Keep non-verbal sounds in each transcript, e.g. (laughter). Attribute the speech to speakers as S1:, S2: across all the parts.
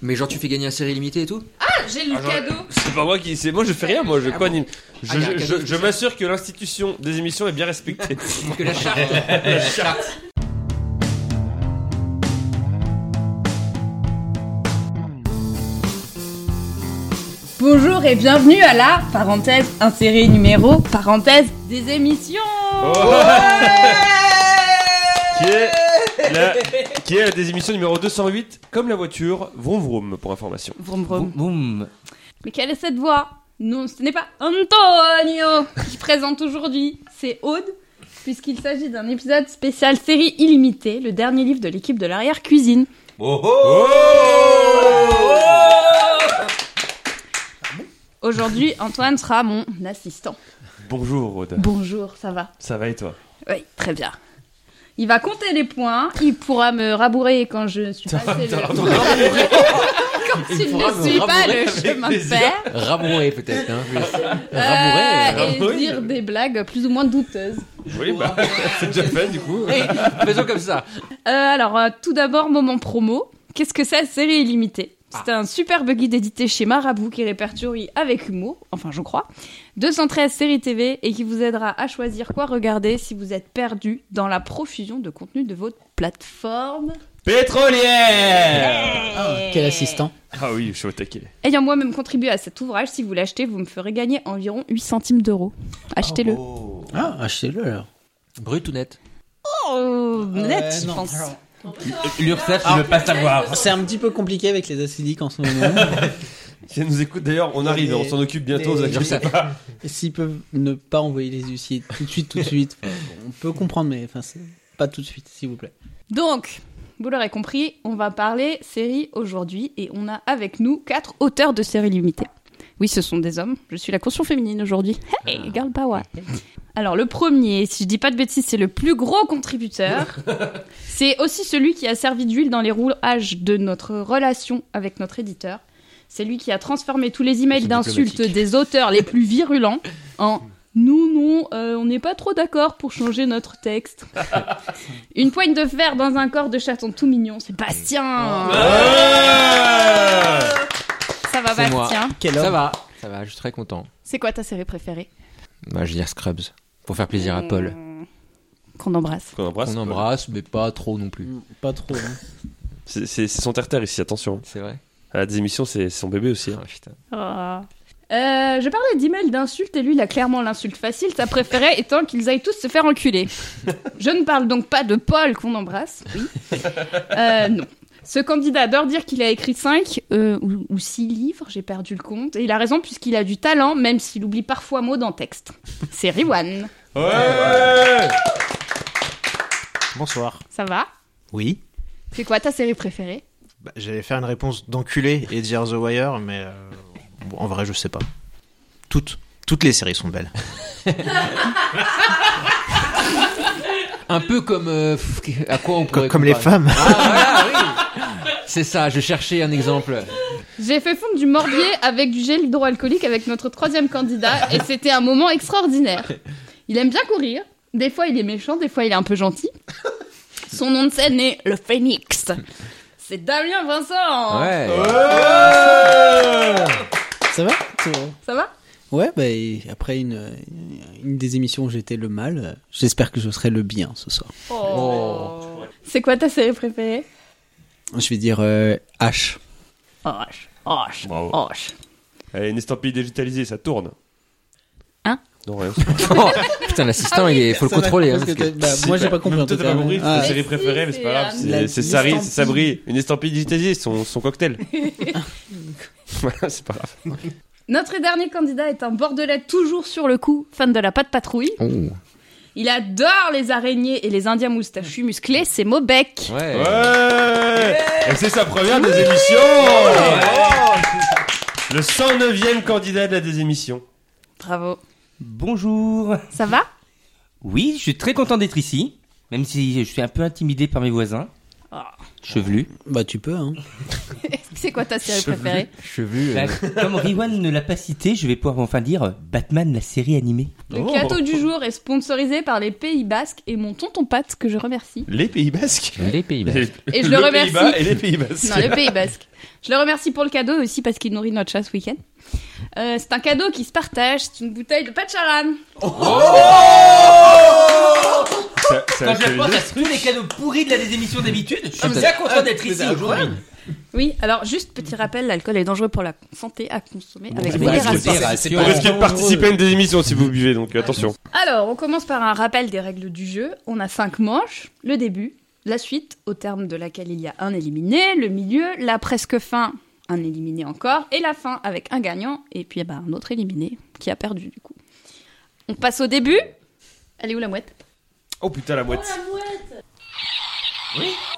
S1: Mais genre, tu fais gagner un série limitée et tout
S2: Ah, j'ai le
S3: Ah, j'aurais-
S2: cadeau.
S3: C'est pas moi qui. C'est moi, je fais rien, moi, je
S1: Ah
S3: co-anime.
S1: Ah,
S3: Je,
S1: il y a un
S3: je-
S1: cadeau
S3: je- je m'assure que l'institution des émissions est bien (laughs) respectée.
S1: Que la charte.
S3: La charte.
S2: Bonjour et bienvenue à la parenthèse insérée numéro parenthèse des émissions.
S3: Oh. qui, est la, qui est la des émissions numéro 208, comme la voiture, vroom vroom, pour information.
S2: Vroom, vroom.
S1: Boum, boum.
S2: Mais quelle est cette voix Non, ce n'est pas Antonio qui présente aujourd'hui, c'est Aude, puisqu'il s'agit d'un épisode spécial série illimitée, le dernier livre de l'équipe de l'arrière-cuisine.
S4: Oh
S3: Oh.
S2: Aujourd'hui, Antoine sera mon assistant.
S3: Bonjour, Aude.
S2: Bonjour, ça va
S3: Ça va et toi
S2: Oui, très bien. Il va compter les points, il pourra me rabourer quand je suis passé le... (laughs) quand
S1: Il
S2: il
S1: pourra
S2: ne
S1: me
S2: suis pas
S1: rabourer
S2: le
S1: avec
S2: chemin de
S1: plaisir.
S2: fer.
S1: Rabouré peut-être, (laughs) hein. plus.
S2: Euh,
S1: Rabouré. euh,
S2: et dire des blagues plus ou moins douteuses.
S3: Oui, bah, (laughs) c'est déjà fait, du coup.
S1: Hey, Faisons comme ça.
S2: Euh, alors, euh, tout d'abord, moment promo. Qu'est-ce que c'est, série illimitée
S1: Ah.
S2: C'est un superbe guide édité chez Marabout qui répertorie avec humour, enfin je crois, 213 séries TV et qui vous aidera à choisir quoi regarder si vous êtes perdu dans la profusion de contenu de votre plateforme.
S3: Pétrolière
S5: Quel assistant
S3: Ah oui, je suis au taquet.
S2: Ayant moi-même contribué à cet ouvrage, si vous l'achetez, vous me ferez gagner environ 8 centimes d'euros. Achetez-le.
S5: Ah, achetez-le alors.
S1: Brut ou net
S2: Oh, net,
S5: Euh,
S2: je
S5: non,
S2: pense.
S5: alors,
S4: L'URSSAF, je veux pas savoir.
S5: Ah, C'est un petit peu compliqué avec les acidiques en ce moment.
S3: Si elle nous écoute, d'ailleurs, on arrive,
S5: Les-
S3: on s'en occupe bientôt.
S5: les-
S3: vous
S1: Genre
S3: inquiétez
S1: ça.
S3: pas.
S5: S'ils peuvent ne pas envoyer les huissiers tout de suite, tout de suite, enfin, bon, on peut comprendre, mais enfin, c'est pas tout de suite, s'il vous plaît.
S2: Donc, vous l'aurez compris, on va parler série aujourd'hui et on a avec nous quatre auteurs de séries limitées. Oui, ce sont des hommes. Je suis la caution féminine aujourd'hui. Hey,
S1: Ah.
S2: girl power. Alors, le premier, si je dis pas de bêtises, c'est le plus gros
S1: (laughs)
S2: contributeur. c'est aussi celui qui a servi d'huile dans les roulages de notre relation avec notre éditeur. C'est lui qui a transformé tous les emails
S1: C'est
S2: d'insultes
S1: diplomatique.
S2: des auteurs les plus virulents en nous, non, euh, on n'est pas trop d'accord pour changer notre texte. (laughs) Une poigne de fer dans un corps de chaton tout mignon, c'est Bastien
S3: Ah
S2: Ça va,
S1: C'est moi.
S2: Bastien
S5: Quel
S1: Ça
S5: homme
S1: va. Ça va, je suis très content.
S2: C'est quoi ta série préférée
S1: Bah, je vais dire Scrubs. Pour faire plaisir à Paul.
S2: Mmh. Qu'on embrasse.
S3: Qu'on embrasse.
S1: On embrasse, mais pas trop non plus.
S5: Mm, Pas trop. hein.
S3: C'est c'est- c'est son terre-terre ici, attention.
S1: C'est vrai
S3: À la des émissions, c'est c'est son bébé aussi. hein.
S1: Ah, putain.
S2: Oh. Euh, je parlais d'email d'insultes et lui, il a clairement l'insulte facile. Sa préférée étant qu'ils aillent tous se faire enculer. Je ne parle donc pas de Paul qu'on embrasse, oui. Euh, non. Ce candidat adore dire qu'il a écrit 5 ou, ou 6 livres, j'ai perdu le compte. Et il a raison puisqu'il a du talent, même s'il oublie parfois mots dans texte. C'est Riwan.
S3: Ouais
S6: Bonsoir.
S2: Ça va
S6: Oui.
S2: C'est quoi ta série préférée
S6: Bah, J'allais faire une réponse d'enculé et dire The Wire, mais euh, bon, en vrai, je sais pas. Toutes, toutes les séries sont belles.
S1: Un peu comme. euh, pff, à quoi on
S6: Comme,
S1: pourrait.
S6: comme les
S1: comparer
S6: femmes.
S1: Ah, voilà, oui C'est ça, je cherchais un exemple.
S2: J'ai fait fondre du morbier avec du gel hydroalcoolique avec notre troisième candidat et c'était un moment extraordinaire. Il aime bien courir. Des fois, il est méchant, des fois, il est un peu gentil. Son nom de scène est le Phénix. C'est Damien Vincent.
S1: Ouais.
S5: Ça va Tout-
S2: Ça va
S5: Ouais, bah, et après une, une des émissions où j'étais le mal, euh, j'espère que je serai le bien ce soir.
S1: Oh.
S2: C'est quoi ta série préférée
S5: Je vais dire euh, H.
S2: Hoche, hoche,
S3: Bravo.
S2: hoche.
S3: Allez, une estampille digitalisée, ça tourne.
S2: Hein (laughs)
S3: Non, rien.
S1: (laughs) Putain, l'assistant, il est- faut le
S5: Ça va,
S1: contrôler. hein,
S5: parce que
S1: parce que-
S5: t'as- bah, moi, j'ai pas compris. en
S3: Toi,
S5: tout
S3: t'as pas
S5: cas.
S3: compris, c'est
S5: Ah,
S3: ta série
S2: Mais si,
S3: préférée, mais c'est pas grave.
S2: c'est
S5: la-
S3: C'est- C'est Sari,
S5: l'estampille.
S3: c'est Sabri. Une estampille digitalisée, son,
S2: (laughs)
S3: son cocktail. Voilà, c'est pas grave.
S2: Notre dernier candidat est un bordelais toujours sur le coup, fan de la patte patrouille.
S1: Oh.
S2: Il adore les araignées et les indiens moustachus musclés, c'est Mobec.
S1: Ouais.
S3: Ouais Et c'est sa première des
S2: Oh,
S3: émissions Le 109ème candidat de la des émissions.
S2: Bravo.
S4: Bonjour.
S2: Ça va
S4: Oui, je suis très content d'être ici, même si je suis un peu intimidé par mes voisins.
S2: Ah.
S4: Chevelus.
S5: Bah, tu peux, hein.
S2: C'est quoi ta série préférée
S1: Cheveux. euh,
S4: Bah, comme Riwan ne l'a pas cité, je vais pouvoir enfin dire euh, Batman, la série animée.
S2: Le
S3: Oh.
S2: cadeau du jour est sponsorisé par les Pays Basques et mon tonton Pat que je remercie.
S4: (laughs)
S3: Les Pays Basques
S1: Les Pays-Bas.
S2: Et je le remercie.
S3: Pays-Bas et les Pays Basques.
S2: (laughs) Non, le Pays Basque. Je le remercie pour le cadeau et aussi parce qu'il nourrit notre chat ce week-end. Euh, c'est un cadeau qui se partage, c'est une bouteille de Pacharan.
S3: Ça- ça
S4: Quand
S3: fait
S4: je pense
S3: une-
S4: à tous les cadeaux pourris de la des émissions d'habitude, je suis
S5: Ah, mais
S4: bien
S5: c'est-
S4: content d'être ici
S5: c'est
S4: aujourd'hui.
S2: Oui, alors juste petit rappel, l'alcool est dangereux pour la santé à consommer avec
S4: c'est pas
S2: modération.
S4: ce que c'est.
S3: Vous risquez de participer à une des émissions si vous buvez, donc attention.
S2: Alors, on commence par un rappel des règles du jeu. On a cinq manches, le début, la suite, au terme de laquelle il y a un éliminé, le milieu, la presque fin, un éliminé encore, et la fin avec un gagnant, et puis eh ben, un autre éliminé qui a perdu du coup. On passe au début. Elle est où la mouette
S3: Oh putain, la boîte.
S2: (laughs)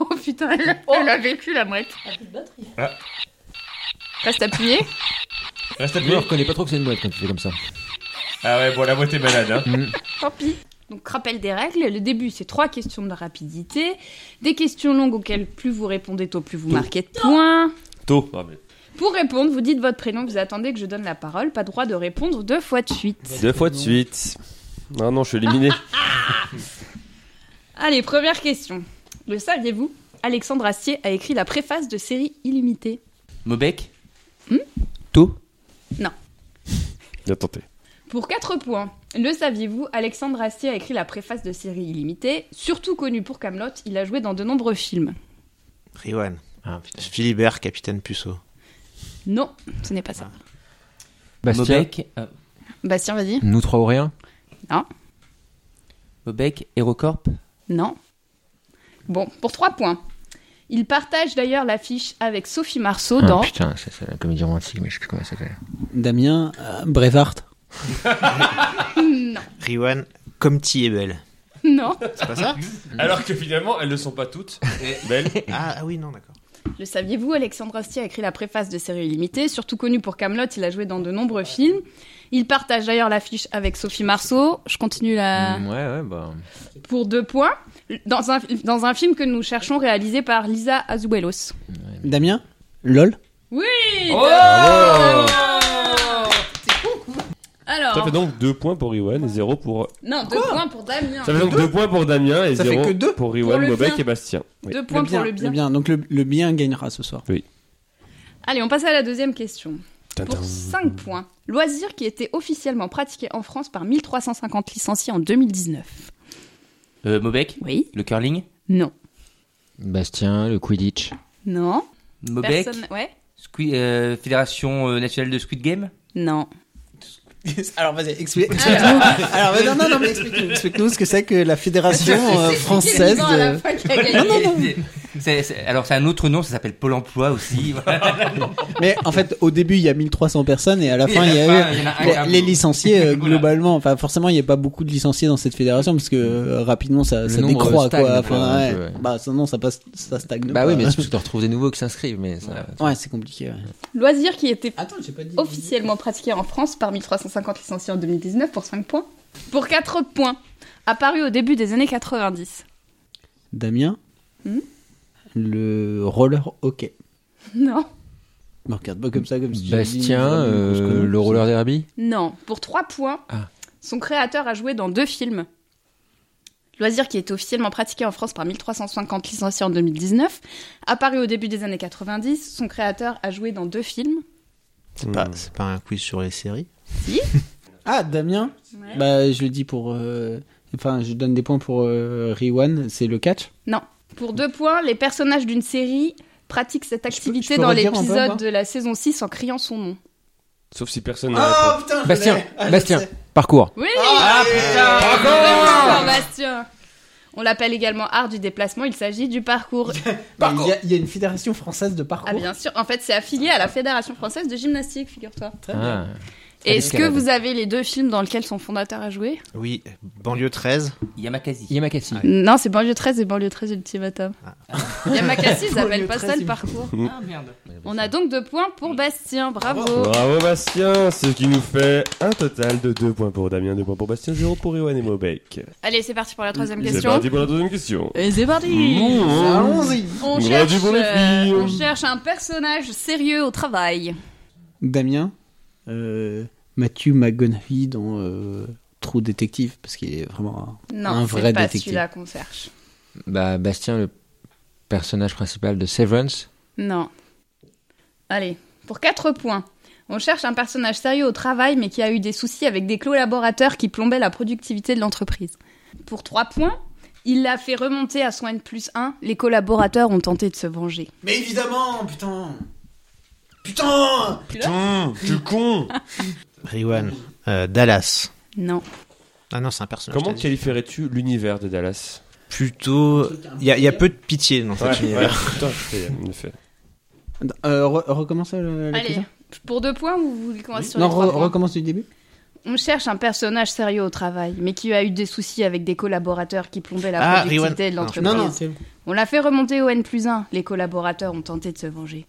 S2: Oh putain, elle, elle a vécu la mouette.
S3: Ah.
S2: Reste appuyé.
S3: Reste
S1: Je reconnais pas trop que c'est une boîte quand tu fais comme ça.
S3: Ah ouais, bon, la boîte est malade. Hein.
S2: Tant pis. Donc, rappel des règles. Le début, c'est trois questions de rapidité. Des questions longues auxquelles plus vous répondez tôt, plus vous marquez de points.
S3: Tôt. Ah, mais
S2: Pour répondre, vous dites votre prénom, vous attendez que je donne la parole. Pas droit de répondre deux fois de suite.
S3: Deux fois de suite. Non, non, je suis éliminé.
S2: Allez, première question. Le saviez-vous Alexandre Astier a écrit la préface de série illimitée.
S4: Mobec
S2: Hmm
S4: Tôt
S3: Bien tenté.
S2: Pour 4 points, le saviez-vous, Alexandre Astier a écrit la préface de série illimitée. Surtout connu pour Camelot, il a joué dans de nombreux films.
S6: Riwan.
S1: Ah,
S6: Philibert, capitaine Puceau.
S2: Non, ce n'est pas ça.
S1: Bastien,
S4: Mobec, euh,
S2: Bastien, vas-y.
S1: nous trois ou rien.
S4: Mobec, Hérocorp
S2: Non. Bon, pour 3 points. Il partage d'ailleurs l'affiche avec Sophie Marceau dans
S1: Ah, putain, c'est c'est la comédie romantique, mais je sais plus comment ça s'appelle.
S5: Damien, euh, Brevard.
S2: Non,
S6: Riwan, comme t'y es belle.
S2: non.
S6: C'est pas ça
S3: Alors que finalement, elles ne sont pas toutes (laughs) belles.
S6: ah, ah oui, non, d'accord.
S2: Le saviez-vous, Alexandre Astier a écrit la préface de série illimitée. Surtout connu pour Camelot, il a joué dans de nombreux films. Il partage d'ailleurs l'affiche avec Sophie Marceau. Je continue la...
S1: Ouais, ouais, bah.
S3: Mm.
S2: pour 2 points. Dans un, dans un film que nous cherchons réalisé par Lisa Azuelos.
S5: Damien, LOL.
S3: Oh Ça
S2: Alors,
S3: fait donc 2 points pour Riwan et 0 pour.
S2: non, 2 points pour Damien.
S3: Ça fait donc 2 points pour Damien et
S5: Ça fait
S3: 0
S5: que deux
S3: pour
S2: Pour
S3: Riwan,
S2: le
S3: Bobek
S2: bien.
S3: et Bastien. Oui.
S2: 2 points pour le bien.
S5: Donc le, le bien gagnera ce soir.
S2: Allez, on passe à la deuxième question.
S3: Tintin.
S2: Pour 5 points, loisir qui était officiellement pratiqué en France par 1350 licenciés en 2019.
S4: Euh, Mobec
S2: Oui
S4: Le curling
S2: Non.
S1: Bastien, le Quidditch.
S2: Non.
S4: Mobec
S2: Personne... Ouais
S4: Squid- euh, Fédération euh, nationale de Squid Game
S2: Non.
S5: (laughs) Alors vas-y, explique- explique-nous. (laughs) Alors vas-y, Ah, non, non, non, mais explique-nous explique-nous ce que c'est que la fédération euh, française. euh. de-
S4: (laughs) Non, non, non Alors, c'est un autre nom, ça s'appelle Pôle emploi aussi. voilà.
S5: Mais en fait, au début, il y a 1300 personnes et à la
S4: Et
S5: fin,
S4: à la
S5: il y
S4: fin,
S5: a eu
S4: il y en a un qui a-
S5: les, les licenciés euh,
S4: Voilà.
S5: globalement. Enfin, forcément, il n'y a pas beaucoup de licenciés dans cette fédération parce que euh, rapidement, ça,
S1: Le
S5: ça
S1: nombre
S5: décroît.
S1: stagne,
S5: quoi.
S1: quoi,
S5: Enfin,
S1: un
S5: ouais.
S1: peu, ouais.
S5: Bah, sinon, ça passe, ça stagne.
S1: Bah
S5: pas.
S1: oui, mais c'est parce que tu retrouves des nouveaux qui s'inscrivent, mais ça.
S5: ouais, c'est compliqué. ouais.
S2: Loisir qui était
S5: Attends, j'ai pas dit.
S2: officiellement pratiqué en France par 1350 licenciés en 2019 pour 5 points. Pour 4 points, apparu au début des années 90.
S5: Damien,
S2: Hmm
S5: le roller hockey.
S2: (laughs) Non.
S5: Me regarde pas comme ça, comme si tu
S1: Bastien, euh, le roller derby.
S2: Non. Pour 3 points,
S1: Ah.
S2: son créateur a joué dans deux films. Loisir qui était officiellement pratiqué en France par 1350 licenciés en 2019. Apparu au début des années 90, son créateur a joué dans deux films.
S6: C'est pas, c'est pas un quiz sur les séries
S5: Ah, Damien Bah, je le dis pour. euh, Enfin, je donne des points pour euh, Riwan, c'est le catch.
S2: Pour deux points, les personnages d'une série pratiquent cette activité
S5: peux
S2: dans
S5: redire un peu,
S2: l'épisode
S5: moi
S2: de la saison 6 en criant son nom.
S3: Sauf si personne n'a répondu.
S5: Oh, putain Ah,
S1: Bastien, Bastien, parcours.
S2: Oui
S3: Bravo
S2: Bastien On l'appelle également art du déplacement, il s'agit du parcours.
S5: Il y, a, il y a une fédération française de parcours.
S2: Ah bien sûr, en fait c'est affilié à la Fédération Française de Gymnastique, figure-toi.
S5: Très bien.
S1: Ah.
S2: Est-ce que
S1: l'escalade.
S2: vous avez les deux films dans lesquels son fondateur a joué
S6: Oui, banlieue 13.
S4: Yamakasi.
S1: Yamakasi.
S2: Non, c'est Banlieue 13 et Banlieue 13 Ultimatum.
S5: Ah.
S2: (laughs) Yamakasi, ils appellent pas ça le parcours.
S4: Ah merde.
S2: On a donc deux points pour Bastien, bravo
S3: Bravo Bastien, ce qui nous fait un total de 2 points pour Damien, 2 points pour Bastien, 0 pour Riwan et Mobek.
S2: Allez, c'est parti pour la troisième
S3: C'est
S2: question.
S3: parti pour la deuxième question.
S2: Et c'est parti
S5: Mmh.
S1: Ah.
S5: Allons-y
S2: On
S3: Bravo
S2: cherche,
S3: pour les
S2: euh,
S3: filles.
S2: on cherche un personnage sérieux au travail.
S5: Damien, euh, Mathieu McGonaghy dans euh, Trou Détective, parce qu'il est vraiment
S2: Non,
S5: Un vrai
S2: c'est pas
S5: détective.
S2: celui-là qu'on cherche.
S1: Bah, Bastien, le personnage principal de Severance.
S2: Non. Allez, pour 4 points. On cherche un personnage sérieux au travail mais qui a eu des soucis avec des collaborateurs qui plombaient la productivité de l'entreprise. Pour 3 points, il l'a fait remonter à son N plus 1. Les collaborateurs ont tenté de se venger.
S5: Mais évidemment, putain. Putain
S3: Putain, tu con
S6: (laughs) Riwan, euh, Dallas.
S2: Non.
S6: Ah non, c'est un personnage.
S3: Comment
S6: t'as dit.
S3: qualifierais-tu l'univers de Dallas
S6: Plutôt. Il y, a- il y a peu de pitié dans
S3: Ouais,
S6: cet
S3: ouais,
S6: univers.
S3: putain, c'est- en effet.
S5: Euh, re- recommence euh, la
S2: Allez,
S5: question
S2: pour 2 points ou vous voulez qu'on reste sur
S5: Non,
S2: les trois
S5: re-
S2: points
S5: recommence du début.
S2: On cherche un personnage sérieux au travail mais qui a eu des soucis avec des collaborateurs qui plombaient la
S6: Ah,
S2: productivité
S6: Riwan.
S2: de
S6: Non,
S2: l'entreprise.
S5: Non, non,
S2: On l'a fait remonter au N plus 1. Les collaborateurs ont tenté de se venger.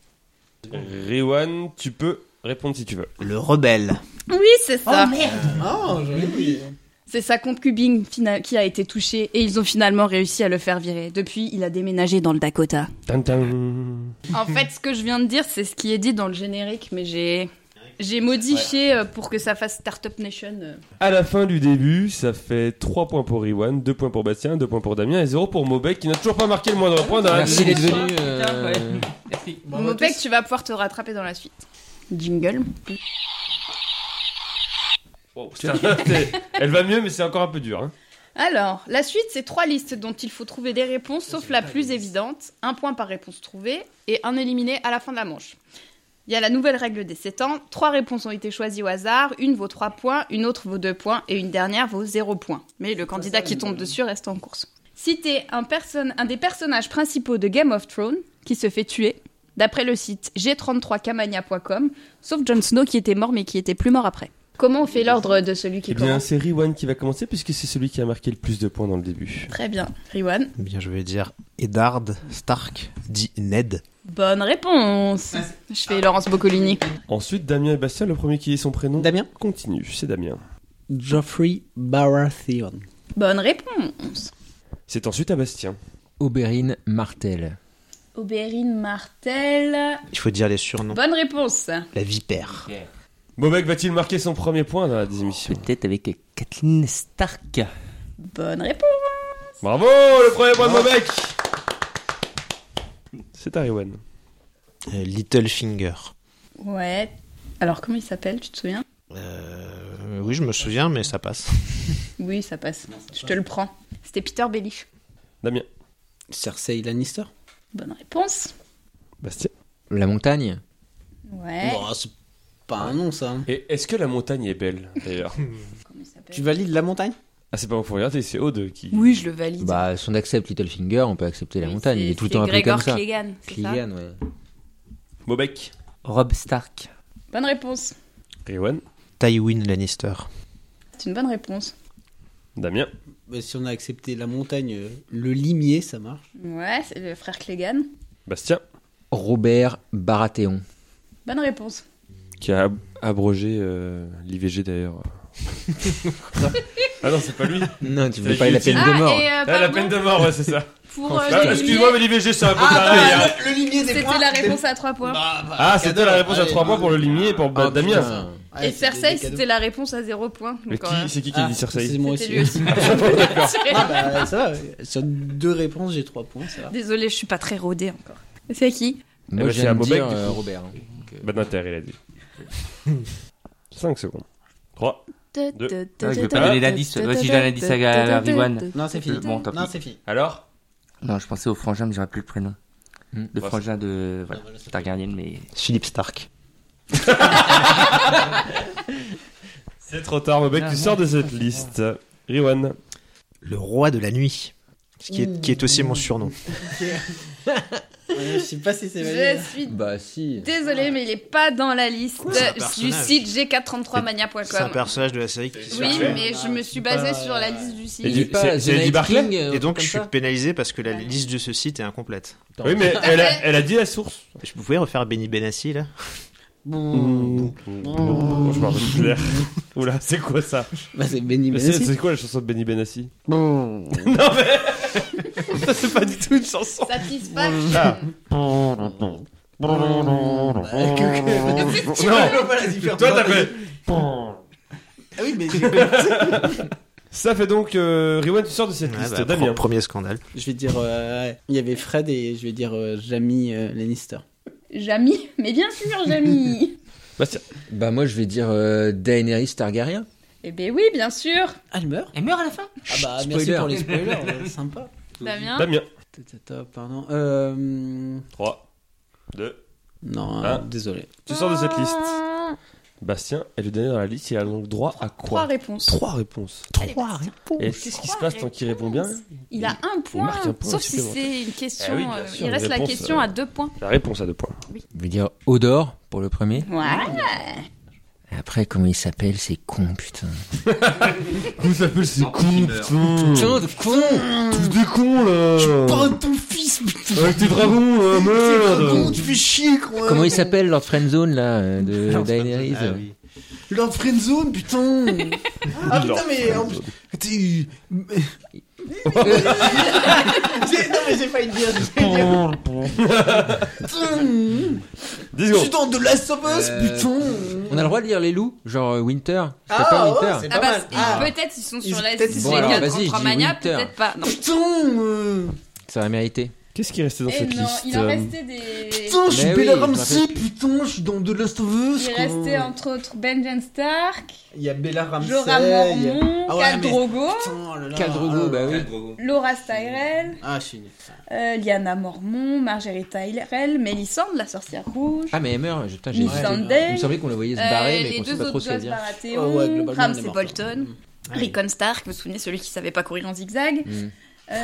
S3: Riwan, tu peux répondre si tu veux.
S6: Le rebelle.
S2: Oui, c'est ça.
S5: Oh, joli.
S2: C'est sa concubine fina- qui a été touchée et ils ont finalement réussi à le faire virer. Depuis, il a déménagé dans le Dakota. En fait, ce que je viens de dire, c'est ce qui est dit dans le générique, mais j'ai j'ai modifié euh, pour que ça fasse Startup Nation. euh.
S3: À la fin du début, ça fait 3 points pour Riwan, 2 points pour Bastien, 2 points pour Damien et 0 pour Mobek qui n'a toujours pas marqué le moindre point dans la
S1: Merci d'être
S3: deuxième
S1: venu. euh,
S4: Merci.
S6: Bah,
S2: Mopec, tu vas pouvoir te rattraper dans la suite. Jingle.
S3: Wow, putain, c'est- (laughs) Elle va mieux, mais c'est encore un peu dur. hein.
S2: Alors, la suite, c'est trois listes dont il faut trouver des réponses, sauf la plus évidente. Un point par réponse trouvée et un éliminé à la fin de la manche. Il y a la nouvelle règle des 7 ans. Trois réponses ont été choisies au hasard. Une vaut 3 points, une autre vaut 2 points et une dernière vaut 0 points. Mais le candidat qui tombe dessus reste en course. Citez un, personne- un des personnages principaux de Game of Thrones qui se fait tuer, d'après le site g33camania.com, sauf Jon Snow qui était mort mais qui était plus mort après. Comment on fait l'ordre de celui qui
S3: Eh bien,
S2: commence
S3: c'est Riwan qui va commencer puisque c'est celui qui a marqué le plus de points dans le début.
S2: Très bien, Riwan.
S6: Eh Bien, je vais dire Eddard Stark, dit Ned.
S2: Bonne réponse. Je fais Laurence Boccolini.
S3: Ensuite, Damien et Bastien, le premier qui est son prénom
S5: Damien
S3: continue, c'est Damien.
S5: Geoffrey Baratheon.
S2: Bonne réponse.
S3: C'est ensuite à Bastien.
S1: Aubérine Martel.
S2: Aubérine Martel.
S6: Il faut dire les surnoms.
S2: Bonne réponse.
S6: La vipère.
S3: Mobek va-t-il marquer son premier point dans la désémission
S4: Peut-être avec Kathleen Stark.
S2: Bonne réponse.
S3: Bravo, le premier point de Mobek C'est à Riwan.
S6: Euh, Littlefinger.
S2: Ouais. Alors, comment il s'appelle, tu te souviens
S6: Euh, oui, je me souviens, mais ça passe.
S2: Oui, ça passe. Je te le prends. C'était Peter Bellish.
S3: Damien,
S5: Cersei Lannister
S2: Bonne réponse.
S3: Bastien.
S1: La montagne.
S2: Ouais.
S5: Bon, ah, c'est pas un nom, ça. hein.
S3: Et est-ce que la montagne est belle, d'ailleurs
S2: Comment il s'appelle
S5: Tu valides la montagne
S3: Ah, c'est pas moi qui faut regarder, c'est Aude qui...
S2: Oui, je le valide.
S1: Bah, si on accepte Littlefinger, on peut accepter la
S2: Oui,
S1: montagne. Il
S2: c'est-
S1: est tout le
S2: c'est
S1: temps appelé
S2: Gregor
S1: comme ça.
S2: Clegane, c'est ça
S1: Clegane, ouais.
S3: Mobek.
S4: Rob Stark.
S2: Bonne réponse.
S3: Riwan.
S6: Tywin Lannister.
S2: C'est une bonne réponse.
S3: Damien.
S5: Bah, Si on a accepté la montagne, euh, le limier, ça marche.
S2: Ouais, c'est le frère Clegane.
S3: Bastien.
S1: Robert Baratheon.
S2: Bonne réponse.
S3: Qui a ab- abrogé euh, l'IVG, d'ailleurs. (laughs) ah non, c'est pas lui.
S1: Non, tu voulais
S3: C'est
S1: pas la
S3: utile.
S1: peine de mort.
S2: et euh,
S3: Ah, la
S2: pardon,
S3: peine de mort, ouais, c'est ça.
S2: pour euh,
S3: Ah,
S2: le
S3: Excuse-moi, mais
S2: limier,
S3: l'IVG, c'est un peu pareil. hein.
S5: Ah, le, limier des
S2: c'était la réponse à 3 points.
S5: Bah,
S3: Ah, c'était la réponse à 3 points pour le limier et pour
S1: Ah,
S3: Damien.
S1: putain.
S5: Eh,
S2: Et Cersei, c'était la réponse à 0 points.
S3: Mais
S2: Donc,
S3: qui,
S2: euh,
S3: c'est qui qui a dit Cersei
S5: Ah, C'est moi
S2: C'était
S5: aussi.
S2: lui aussi.
S5: (laughs)
S2: (laughs)
S5: Ah bah ça va, sur deux réponses j'ai trois points, ça va.
S2: Désolée, je suis pas très rodée encore. C'est qui
S1: Moi,
S3: bah,
S1: je
S3: c'est
S1: viens
S3: un
S1: de
S3: beau
S1: dire
S3: mec, du
S1: euh,
S3: coup.
S1: Robert. hein.
S3: Pas d'intérêt, Bah, il a dit. (laughs) 5 secondes. 3. Deux.
S4: Ah, je vais pas donner l'indice. Vas-y, je donne l'indice à- à Riwan.
S5: Non, c'est fini.
S4: Bon, tant pis.
S5: non, c'est fini.
S3: Alors
S4: Non, je pensais au frangin, mais j'aurais plus le prénom.
S1: Hmm.
S4: Le frangin de. Voilà,
S5: Non, voilà, ça
S4: Targaryen, mais.
S6: Philippe Stark.
S3: (laughs) C'est trop tard, Mobek, tu sors de cette liste. Riwan.
S6: Le roi de la nuit. Ce qui est, qui est aussi mon surnom.
S5: Je sais pas si c'est
S2: Je
S5: valide.
S2: suis
S1: Bah, si.
S2: désolée, mais il est pas dans la liste
S6: c'est un
S2: du
S6: personnage.
S2: site g433mania.com.
S6: personnage de la série qui se
S2: Oui,
S6: fait.
S2: mais je me suis basée sur la liste
S1: Il
S2: du
S3: Et
S1: est
S2: site.
S3: du- c'est-
S1: pas euh,
S3: c'est Eddie Barclay
S2: Euh,
S6: Et donc je suis pénalisé parce que la liste de ce site est incomplète.
S3: Oui, mais elle a, elle a dit la source.
S6: Je- Vous pouvez refaire Benny Benassi là
S5: Oh,
S3: Je m'en rappelle plus l'air. Oula, c'est quoi ça
S5: Bah c'est Benny
S3: Mais C'est
S5: Benassi.
S3: c'est quoi la chanson de Benny
S5: (laughs)
S3: Benassi
S2: Satisfaction.
S3: Ah.
S5: Bah,
S3: (laughs)
S5: Tu vois, je vois pas la différence.
S3: Toi, t'as fait.
S5: (laughs) Ah oui, mais
S3: Ça fait donc. euh, Riwan, tu sors de cette
S6: Ouais,
S3: liste.
S6: bah,
S3: Damien.
S6: pre- Premier scandale.
S5: je vais dire, euh, ouais. il y avait Fred et je vais dire euh, Jamie euh, Lannister.
S2: Jamy. Mais bien sûr, Jamy
S3: Bastien.
S1: Bah moi je vais dire euh, Daenerys Targaryen.
S2: Eh ben oui, bien sûr
S5: Elle meurt
S4: Elle meurt à la fin
S5: Ah bah
S1: Chut,
S5: merci
S1: spoiler.
S5: pour les spoilers, euh, (laughs) sympa.
S2: Damien
S3: Damien.
S5: Top, pardon. Euh,
S3: 3, 2.
S5: non, euh,
S3: Ah.
S5: désolé.
S3: Tu sors de cette liste.
S2: Ah.
S3: Bastien est le dernier dans la liste. Il a donc droit à quoi
S2: Trois réponses.
S3: Trois réponses.
S5: Trois réponses.
S3: Et qu'est-ce qui se passe tant qu'il répond bien
S2: Il a un point,
S3: marque un point
S2: sauf si
S3: supplémentaire.
S2: c'est une question.
S3: Eh oui, bien
S2: euh,
S3: sûr,
S2: il
S3: une
S2: reste la
S3: réponse,
S2: question
S3: euh,
S2: à deux points.
S3: La réponse à deux points.
S1: Je vais dire Odor pour le premier.
S2: Ouais.
S1: Après comment il s'appelle c'est con putain.
S3: Comment ça s'appelle ces cons
S5: Mmh.
S1: Putain de con.
S3: Tous des Hmm. cons là
S5: ton fils, putain.
S3: Avec tes dragons là,
S1: Oh,
S3: merde
S5: tu fais chier, quoi.
S1: Comment il s'appelle Lord Friendzone là euh, de
S6: Lord
S1: Daenerys
S6: Ah oui.
S5: Lord
S1: (laughs)
S5: Friendzone, putain. ah putain, mais en plus. t'es- Mais- (laughs)
S1: Euh,
S5: J'ai- non, mais j'ai failli dire. j'ai failli dire,
S3: 10
S5: Je suis
S3: secondes.
S5: dans de Last of Us,
S1: Euh,
S5: putain.
S1: On a le droit de lire les loups, genre euh, Winter. Je fais
S5: Ah,
S1: pas
S5: ouais,
S1: Winter.
S5: c'est-
S2: Ah
S5: Pas
S2: bah,
S5: mal. Ah.
S2: peut-être ils sont sur
S5: Ils-
S2: la
S5: peut-être
S2: liste
S5: ils
S1: sont-
S2: des
S1: Bon, alors,
S2: quatre
S1: vas-y, je dis
S2: Romagna,
S1: Winter.
S2: peut-être pas. Non.
S5: Ah, Putain. euh,
S1: Ça aurait mérité.
S3: Qu'est-ce qui est resté dans
S2: Eh
S3: cette
S2: non,
S3: liste
S2: il en
S3: euh,
S2: restait des.
S5: Putain, je
S1: Mais
S5: suis
S1: oui,
S5: Bella
S1: je me
S5: Ramsey,
S1: rappelle.
S5: putain, je suis dans de Last of Us.
S2: Il
S5: quoi.
S2: restait entre autres Benjen Stark,
S5: Il y a Bella Ramsey.
S2: Jorah
S5: il y a-
S2: Mormont,
S5: Ah ouais,
S2: Khal
S5: mais-
S2: Drogo,
S5: Putain, oh là là.
S1: Khal Drogo,
S5: Ah,
S1: bah oui.
S2: Laura Tyrell,
S5: Ah, je suis nul.
S2: euh, Lyanna Mormont, Marjorie Tyrell, Melisandre, la sorcière rouge,
S1: Ah mais elle meurt, putain, j'ai hésité.
S5: Missandei,
S1: Il me
S2: Missandei,
S1: semblait qu'on la voyait se
S2: euh,
S1: barrer, mais
S2: les
S1: qu'on sait
S2: deux
S1: pas trop
S2: autres
S1: ce qu'elle
S2: gosses
S1: vient.
S5: Ouais, Ah Oh ouais,
S2: Baratheon,
S5: globalement, on est
S2: Ramsay
S5: mort. Mm.
S2: Bolton, Rickon Stark, vous vous souvenez celui qui savait pas courir en zigzag,
S1: Mm.
S2: euh,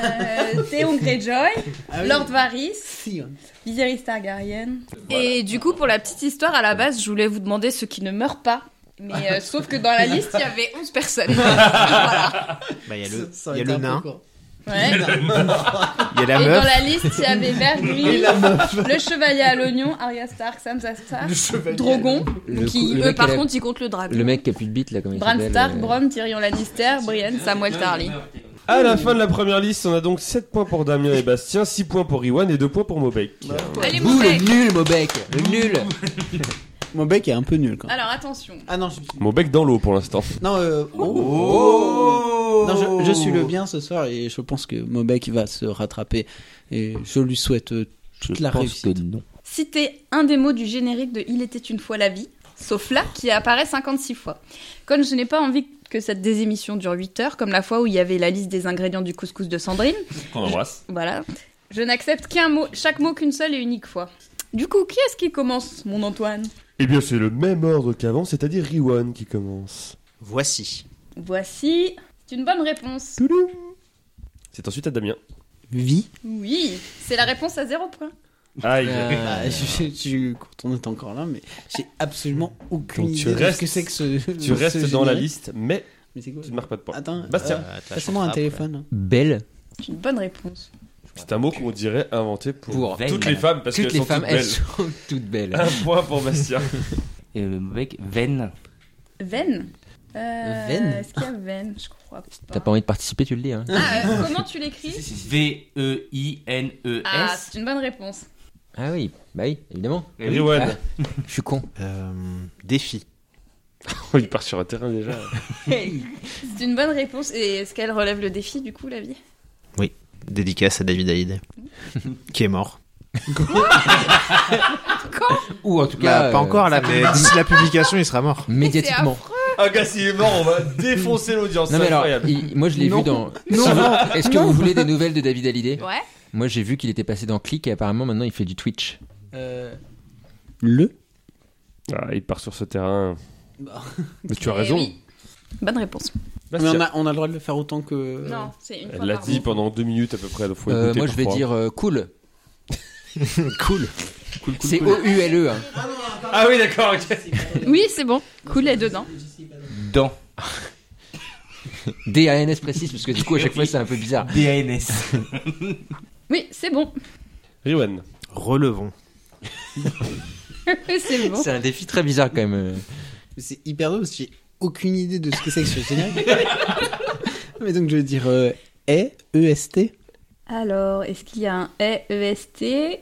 S2: Theon Greyjoy,
S5: Ah oui.
S2: Lord Varys,
S5: Si, hein.
S2: Viserys Targaryen. Et du coup, pour la petite histoire, à la base, je voulais vous demander ceux qui ne meurent pas. Mais euh, sauf que dans la liste, il y avait 11 personnes. voilà.
S6: Bah, il y a
S5: Ça-
S6: le,
S5: ça
S6: il
S5: aurait
S6: y
S5: été
S6: a le
S5: un peu
S6: nain,
S5: court. (laughs)
S2: Ouais.
S6: il y a la
S2: Et dans
S6: meuf.
S2: la liste, Ah, il y avait
S5: Et
S2: Vergris,
S5: la meuf.
S2: le chevalier à l'oignon, Arya Stark, Sansa Stark,
S5: Le chevalier.
S2: Drogon,
S1: Le
S2: qui
S1: cou- le
S2: eux
S1: mec,
S2: par
S1: elle a-
S2: contre, ils comptent le dragon.
S1: Le mec qui a plus de bite là, comment il
S2: Bran
S1: s'appelle
S2: Stark,
S1: euh,
S2: Bronn, Tyrion Lannister, Brienne, Samuel Tarly.
S3: À la fin de la première liste, on a donc 7 points pour Damien et Bastien, 6 points pour Iwan et 2 points pour Mobek.
S2: Allez,
S1: Bouh,
S2: mauvais
S1: le nul, Mobek Le nul
S5: Mon bec est un peu nul, quand même.
S2: Alors attention.
S5: Ah non, je suis.
S3: Mobek dans l'eau pour l'instant.
S5: Non, euh, oh.
S1: Oh.
S5: Non, je, je suis le bien ce soir et je pense que Mobek va se rattraper et je lui souhaite euh, toute la réussite.
S4: non.
S2: Citez un des mots du générique de Il était une fois la vie, sauf là, qui apparaît 56 fois. Comme je n'ai pas envie que cette désémission dure 8 heures, comme la fois où il y avait la liste des ingrédients du couscous de Sandrine,
S4: Qu'on embrasse.
S2: voilà, je n'accepte qu'un mot, chaque mot qu'une seule et unique fois. Du coup, qui est-ce qui commence, mon Antoine
S3: Eh bien, c'est le même ordre qu'avant, c'est-à-dire Iwan qui commence.
S6: Voici.
S2: Voici. C'est une bonne réponse.
S3: C'est ensuite à Damien.
S5: Vie
S2: Oui, c'est la réponse à zéro point.
S3: Aïe.
S1: Euh,
S5: Bah, (laughs) je, je- quand on est encore là, mais j'ai absolument aucune
S3: Donc, tu
S5: idée de
S3: restes-
S5: ce que c'est que ce.
S3: tu restes dans la liste, mais
S5: Mais c'est quoi
S3: tu ne marques pas de points.
S5: Attends,
S3: Bastien.
S5: euh,
S6: Euh, t'as
S5: Passe-moi
S6: la
S5: un
S6: chance
S5: téléphone.
S1: Belle
S2: C'est une bonne réponse.
S3: C'est un mot qu'on dirait inventé pour,
S1: Pour
S3: toutes
S4: veine.
S3: les femmes, parce
S1: Toutes
S3: qu'elles
S1: les
S3: sont
S1: femmes,
S3: toutes
S1: elles
S3: belles. Ah.
S1: sont toutes belles.
S3: Un point pour Bastien.
S4: Et le Euh, mec, veine.
S2: Veine. Euh,
S1: Veine
S2: Est-ce qu'il y a veine Je crois pas.
S1: T'as pas envie de participer, tu le dis. Hein.
S2: Ah, euh, comment tu
S1: (laughs)
S2: l'écris Ah,
S4: V-E-I-N-E-S.
S2: c'est une bonne réponse.
S1: Ah oui, bah oui, évidemment. Ah,
S4: Eh oui.
S3: Iwan.
S1: Je suis con.
S6: après. Euh, défi.
S3: (laughs) Oh, il part sur un terrain déjà.
S2: C'est une bonne réponse. Et est-ce qu'elle relève le défi, du coup, la vie
S6: Dédicace à
S5: (laughs)
S6: David Hallyday, qui est mort.
S1: Ou en tout
S6: Bah,
S1: cas.
S6: pas
S1: euh,
S6: encore là, mais (laughs) d'ici la publication, il sera mort.
S1: Médiatiquement.
S3: Ah, gars, s'il est mort, on va défoncer l'audience.
S1: Non
S3: c'est
S1: mais alors,
S3: incroyable.
S1: il- moi je l'ai
S5: Non.
S1: vu dans.
S5: Non.
S1: Si vous- Est-ce que vous voulez des nouvelles de David Hallyday
S2: Ouais.
S1: Moi j'ai vu qu'il était passé dans Click et apparemment maintenant il fait du Twitch.
S5: Le
S3: Ah, il part sur ce terrain.
S5: Bah.
S3: Mais tu as raison.
S2: Bonne réponse.
S5: Mais
S3: Bastien.
S5: on a, on a le droit de le faire autant que.
S2: Non, c'est une
S3: Elle
S2: fois
S3: l'a
S2: par
S3: dit
S2: mois.
S3: pendant deux minutes à peu près. Faut
S1: Euh,
S3: écouter
S1: moi je vais
S3: parfois.
S1: dire euh, cool.
S6: Cool.
S1: C'est O-U-L-E. hein.
S3: Ah oui, d'accord, ok.
S2: Oui, c'est bon. Cool, elle est dedans.
S4: Dans.
S1: D-A-N-S précise parce que du coup à chaque fois c'est un peu bizarre.
S4: D-A-N-S.
S2: Oui, c'est bon. (laughs)
S3: Riwan.
S6: Relevons.
S1: (laughs)
S2: c'est bon.
S1: C'est un défi très bizarre quand même. euh.
S5: Mais C'est hyper drôle parce que j'ai aucune idée de ce que c'est que ce générique. (laughs) mais donc je vais dire euh, E, E-S-T.
S2: Alors, est-ce qu'il y a un E-E-S-T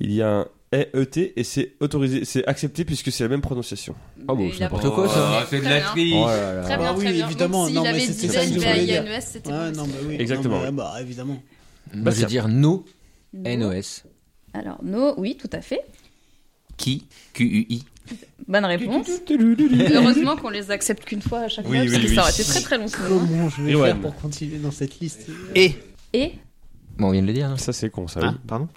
S3: Il y a un EET et c'est autorisé, c'est accepté puisque c'est la même prononciation. Ah bon,
S2: Mais
S3: c'est
S2: il a
S1: n'importe
S2: pas-
S1: quoi, ça.
S2: Ouais,
S4: Ah, Oh, C'est de
S2: très
S4: la
S2: bien.
S4: triche.
S1: Oh là là.
S2: Très bien,
S5: Ah oui,
S2: très bien.
S5: évidemment.
S2: Donc, s'il
S5: Non, mais
S2: avait
S5: c'était
S2: dit
S5: ça que je voulais dire.
S2: NES, E c'était
S5: Ouais,
S2: bon.
S5: non, bah oui.
S3: Exactement.
S5: Non, mais, bah, évidemment.
S1: Moi je vais Bah, dire no,
S2: No.
S1: N-O-S.
S2: Alors, no, oui, tout à fait.
S4: Qui Q-U-I.
S2: Bonne réponse. Heureusement qu'on les accepte qu'une fois à chaque
S3: Oui,
S2: fois,
S3: oui,
S2: parce que
S3: oui.
S2: ça aurait été très très long sinon.
S5: Comment je vais
S3: Et ouais,
S5: faire
S3: mais-
S5: pour continuer dans cette liste
S6: Et.
S2: Et
S4: Bon, on vient de le dire. hein.
S3: Ça, c'est con, ça.
S6: Ah, pardon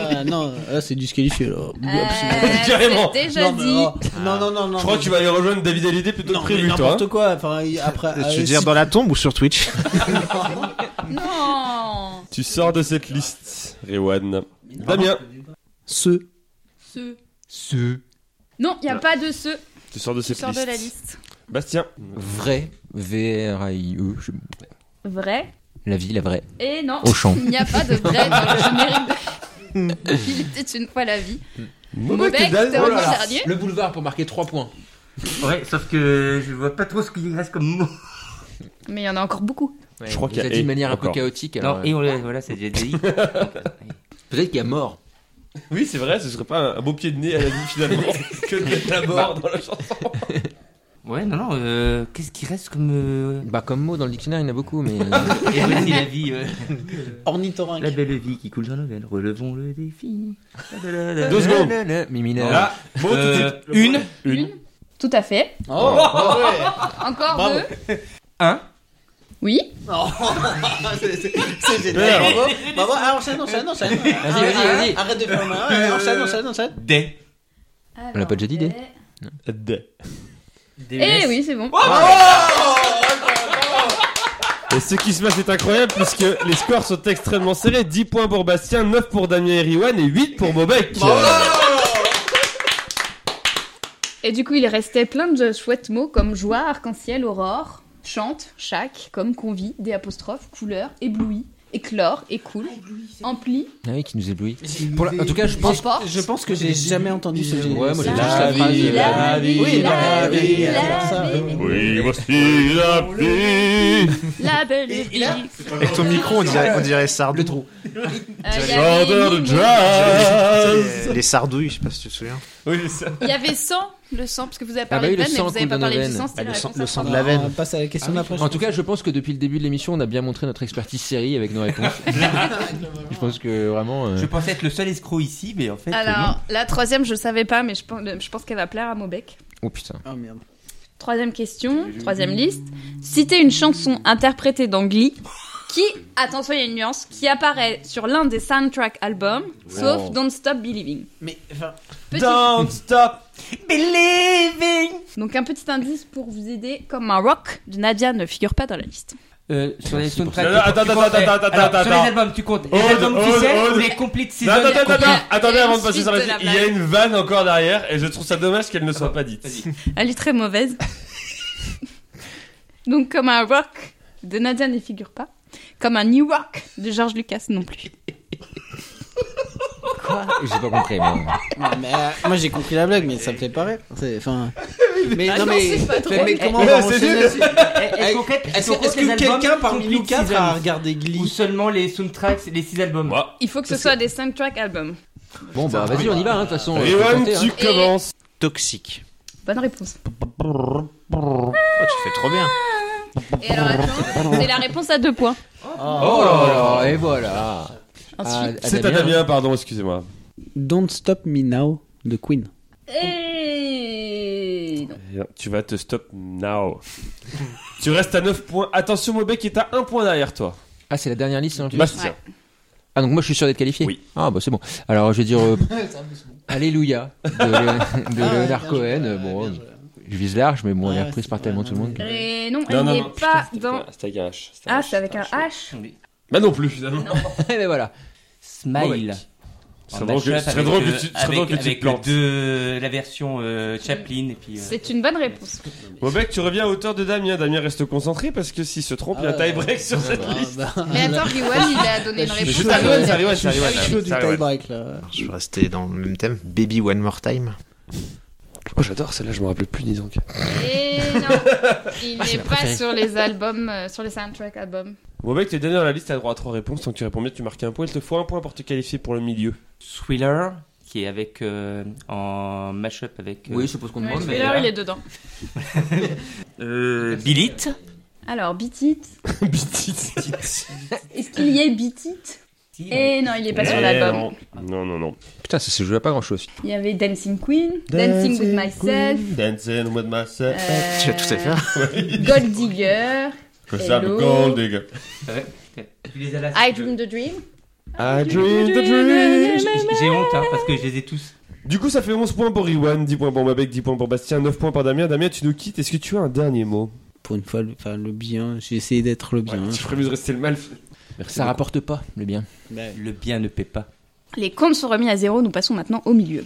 S5: Ah, Non, là, c'est disqualifié. Là. (laughs)
S3: Carrément.
S2: c'est Euh, déjà
S5: mais,
S2: dit.
S5: oh, non, non, non, non.
S3: Je crois que tu vas aller rejoindre David Hallyday plutôt
S5: Non,
S3: que
S5: mais
S3: prévu, toi. hein.
S5: n'importe quoi. Enfin, y- après.
S6: Tu
S5: euh,
S6: veux dire
S5: si-
S6: dans la tombe ou sur Twitch
S2: Non
S3: Tu sors de cette liste, Rewan. Damien,
S5: Ce.
S2: Ce. Non, il n'y a pas de ce.
S3: tu sors de
S2: Tu
S3: cette
S2: sors de
S3: liste.
S2: la liste.
S3: Bastien,
S4: Vrai.
S1: E,
S4: V-R-I-E. je-
S2: Vrai
S4: La vie, la vraie.
S2: et non.
S4: Auchan.
S2: Il n'y a pas de vrai dans le générique.
S1: (laughs)
S2: Il était une fois la vie. Mobec, c'était
S1: Oh
S2: en
S1: là là.
S2: dernier.
S1: Le boulevard pour marquer 3 points.
S4: Ouais, sauf que je vois pas trop ce qu'il reste comme mot.
S2: Mais il y en a encore beaucoup.
S3: Je crois
S1: on
S3: qu'il y a
S1: les dit
S3: et
S1: de manière un peu
S3: encore.
S1: chaotique. alors,
S4: Non,
S1: euh,
S4: et on l'a- voilà, c'est déjà dit.
S1: Peut-être qu'il y a mort.
S3: Oui, c'est vrai, ce serait pas un- un beau pied de nez à la vie
S2: (laughs)
S3: finalement que de mettre la mort dans la chanson.
S4: (laughs) Ouais, non, non, euh, qu'est-ce qui reste comme. euh,
S1: Bah, comme mot dans le dictionnaire, il y en a beaucoup, mais. euh, (laughs)
S4: Et voici la (laughs) vie. euh,
S5: Ornithorynque.
S4: La belle vie qui coule dans nos veines. Relevons le (laughs) défi.
S3: Deux secondes.
S1: Mimina.
S3: Là, bon, tout de
S4: Euh,
S3: suite. Le
S4: une.
S3: mot- Une.
S2: Tout à fait.
S5: Oh,
S2: Encore
S5: Bravo.
S2: deux.
S4: Un.
S2: Oui.
S5: (laughs) c'est c'est- c'est génial.
S3: Ouais.
S5: Bravo. Bravo. Ah, enchaîne, enchaîne, enchaîne. Ah,
S1: vas-y, vas-y.
S5: Arrête de faire mal. Ouais, Enchaîne, enchaîne, enchaîne.
S4: Des.
S1: On l'a pas déjà dit, des
S3: D.
S4: E
S2: Eh oui, c'est bon.
S3: Et ce qui se passe est incroyable puisque les scores sont extrêmement serrés. 10 points pour Bastien, 9 pour Damien Eriwan et 8 pour Bobek.
S2: Et du coup, il restait plein de chouettes mots comme joie, arc-en-ciel, aurore, chante, chac, comme convie, des apostrophes, couleur, ébloui, éclore, écoule, ampli,
S1: Ah oui, qui nous éblouit. Pour la- En tout cas, je pense.
S2: emporte.
S5: Je pense que j'ai jamais entendu ce générique.
S1: Ouais, moi, j'ai
S2: La
S1: juste la
S2: vie,
S1: phrase.
S2: la
S1: euh,
S2: vie,
S5: Oui, la
S2: la vie, la
S5: vie, la vie.
S2: vie,
S3: Oui, voici la vie.
S2: la belle
S5: Et- et
S2: vie.
S5: là,
S6: (laughs) Avec ton micro, on dirait, on dirait Sardou.
S5: Le trou.
S2: Euh, Il y
S3: Chanteur
S2: avait
S3: de
S2: Mimi,
S6: Ah,
S3: jazz.
S6: Les, les sardouilles, je sais pas si tu te souviens.
S3: Oui, c'est ça.
S2: il y avait sang, le sang, parce que vous avez
S1: bah
S2: parlé
S1: oui,
S2: de
S1: le
S2: veine, mais
S1: sang
S2: vous n'avez
S1: coule
S2: pas
S1: dans nos
S2: parlé du
S1: veines.
S2: sang, c'était
S6: Bah,
S2: la
S6: le sang-
S2: réponse
S6: le
S2: à
S6: sang de
S2: trois.
S6: la veine.
S5: On passe à la question d'après.
S1: En tout cas, je pense que depuis le début de l'émission, on a bien montré notre expertise série avec nos (laughs) réponses. je pense que vraiment. euh,
S4: Je pensais être le seul escroc ici, mais en fait. euh, non.
S2: Alors, la troisième, je ne savais pas, mais je pense, je pense qu'elle va plaire à Mobec.
S1: Oh putain.
S5: Oh merde.
S2: Troisième question, troisième liste. Citez une chanson interprétée dans Glee qui, attention, il y a une nuance, qui apparaît sur l'un des soundtrack albums, sauf Don't Stop Believing.
S5: Mais enfin,
S2: Petit-
S3: Don't stop.
S4: Believing.
S2: Donc un petit indice pour vous aider, comme un rock de Nadia ne figure pas dans la liste.
S4: Euh, sur les soundtracks.
S3: ça. Non, non, attends,
S4: tu
S3: attends,
S4: comptes-
S3: attends, attends,
S4: Alors,
S3: attends,
S4: Sur
S3: attends.
S4: les albums, tu comptes les
S3: Hold,
S4: albums
S3: hold,
S4: officiels
S3: hold.
S4: ou les complete
S3: Non,
S4: season
S3: attends, attends,
S2: Il y a-
S3: attends, attendez
S2: il y a
S3: avant
S2: une
S3: de passer
S2: suite
S3: sur la
S2: de
S3: suite.
S2: la
S3: Il y a
S2: blague.
S3: une vanne encore derrière et je trouve ça dommage qu'elle ne soit pas dite.
S2: Elle est très (laughs) mauvaise. Donc comme un rock de Nadia ne figure pas, comme un new rock de George Lucas non plus.
S1: Quoi J'ai pas compris. moi.
S5: non, mais, euh, moi j'ai compris la blague, mais ça me fait pas rire. C'est- Enfin, mais
S2: Ah
S5: non,
S2: non,
S5: mais,
S2: c'est pas drôle.
S5: mais, mais comment on
S3: Eh,
S5: va
S3: c'est
S5: enchaîner
S3: nul.
S5: là-dessus
S4: Est-ce qu'on compte-
S5: Est-ce
S4: est-ce qu'on
S5: que, est-ce
S4: compte les
S5: que
S4: albums
S5: quelqu'un parmi nous
S4: complete
S5: quatre
S4: season
S5: a regardé
S4: Ou
S5: Glee
S4: seulement les soundtracks, les six albums
S3: Moi.
S2: Il faut que ce soit des soundtrack albums.
S1: Bon, bah vas-y, on y va, hein, de toute façon. euh, faut
S3: Rewan,
S1: tenter, hein.
S3: tu commences.
S6: Toxique.
S2: Bonne réponse.
S6: Oh, tu fais trop bien.
S2: Et alors attends, c'est la réponse à deux points.
S1: Oh là là, et voilà.
S2: Ensuite,
S1: Ah,
S3: C'est à Damien, pardon, excusez-moi.
S5: Don't Stop Me Now de Queen.
S2: Et non.
S3: Tu vas te stop (laughs) now. tu restes à 9 points. Attention, Mobek est à 1 point derrière toi.
S1: Ah, c'est la dernière liste. hein, en plus.
S3: Bastien.
S1: Ah, donc moi je suis sûr d'être qualifié
S3: Oui.
S1: Ah, bah c'est bon. Alors je vais dire
S5: (laughs)
S1: euh, Alléluia de, Lé- de
S5: Ah ouais,
S1: Leonard
S5: bien joué,
S1: Cohen.
S5: ouais,
S1: bon,
S5: bien
S1: euh,
S5: joué.
S1: je vise large, mais bon, elle
S5: Ouais,
S1: est
S5: ouais,
S1: reprise
S5: c'est-
S1: par tellement
S5: ouais,
S1: tout le monde.
S5: non, non.
S2: Et non,
S3: Non,
S2: elle
S3: non,
S2: n'est
S3: non,
S2: pas
S3: c'était-
S2: dans.
S3: C'était avec un H. c'était
S2: Ah, c'est avec un H.
S3: Bah non plus, finalement.
S1: (laughs) Et ben voilà.
S3: Mobek.
S4: Smile.
S3: Ce serait drôle que- ce serait drôle que tu- ce serait drôle que tu te
S4: avec le
S3: plantes.
S4: deux- la version euh, Chaplin et puis. euh,
S2: C'est une bonne réponse.
S3: Mobek, tu reviens à hauteur de Damien. Damien reste concentré parce que s'il se trompe,
S5: Ah
S3: il y a
S5: ouais. Ah, bah.
S3: tie break sur cette liste.
S2: Mais attends, Riwan, il a donné une
S5: Je suis
S2: réponse.
S5: chaud,
S2: à
S5: Riwan,
S2: deux.
S3: ça-
S5: Je suis
S3: Sarriwan,
S5: chaud du
S3: Sarriwan.
S5: tie-break là.
S6: Je vais rester dans le même thème. Baby One More Time.
S3: Oh, j'adore celle-là, je me rappelle plus, dis donc.
S2: Et non, il n'est pas sur les albums, euh, sur les soundtrack albums.
S3: Mobek, t'es dernier dans la liste, t'as droit à 3 réponses. Tant que tu réponds bien, tu marques un point. Il te faut un point pour te qualifier pour le milieu.
S4: Thriller qui est avec euh, en mashup avec. euh,
S1: Oui, je suppose qu'on
S2: Ouais,
S1: demande.
S2: Thriller, il est dedans.
S4: euh, Bill It.
S2: Alors, Beat It.
S3: Bitit.
S2: Est-ce qu'il y a Beat It Et non, Eh il n'est pas sur l'album.
S3: Eh, Non, non, non.
S1: Putain, ça se joue à pas grand chose.
S2: Il y avait Dancing Queen, Dancing, with Myself,
S3: Dancing with myself.
S2: euh,
S6: Tu vas tout faire.
S2: Gold Digger,
S3: Cause I'm a
S2: hello.
S3: gold digger.
S2: I Dream the Dream.
S1: I
S2: dream the dream.
S4: J'ai honte, hein, parce que je les ai tous.
S3: Du coup, ça fait 11 points pour Iwan, 10 points pour Mabek, 10 points pour Bastien, 9 points pour Damien. Damien, tu nous quittes. Est-ce que tu as un dernier mot
S5: Pour une fois, le, enfin, le bien, j'ai essayé d'être le bien.
S3: Tu ferais mieux de rester le mal.
S1: Ça rapporte pas le bien.
S4: Le bien ne paie pas.
S2: Les comptes sont remis à zéro, nous passons maintenant au milieu.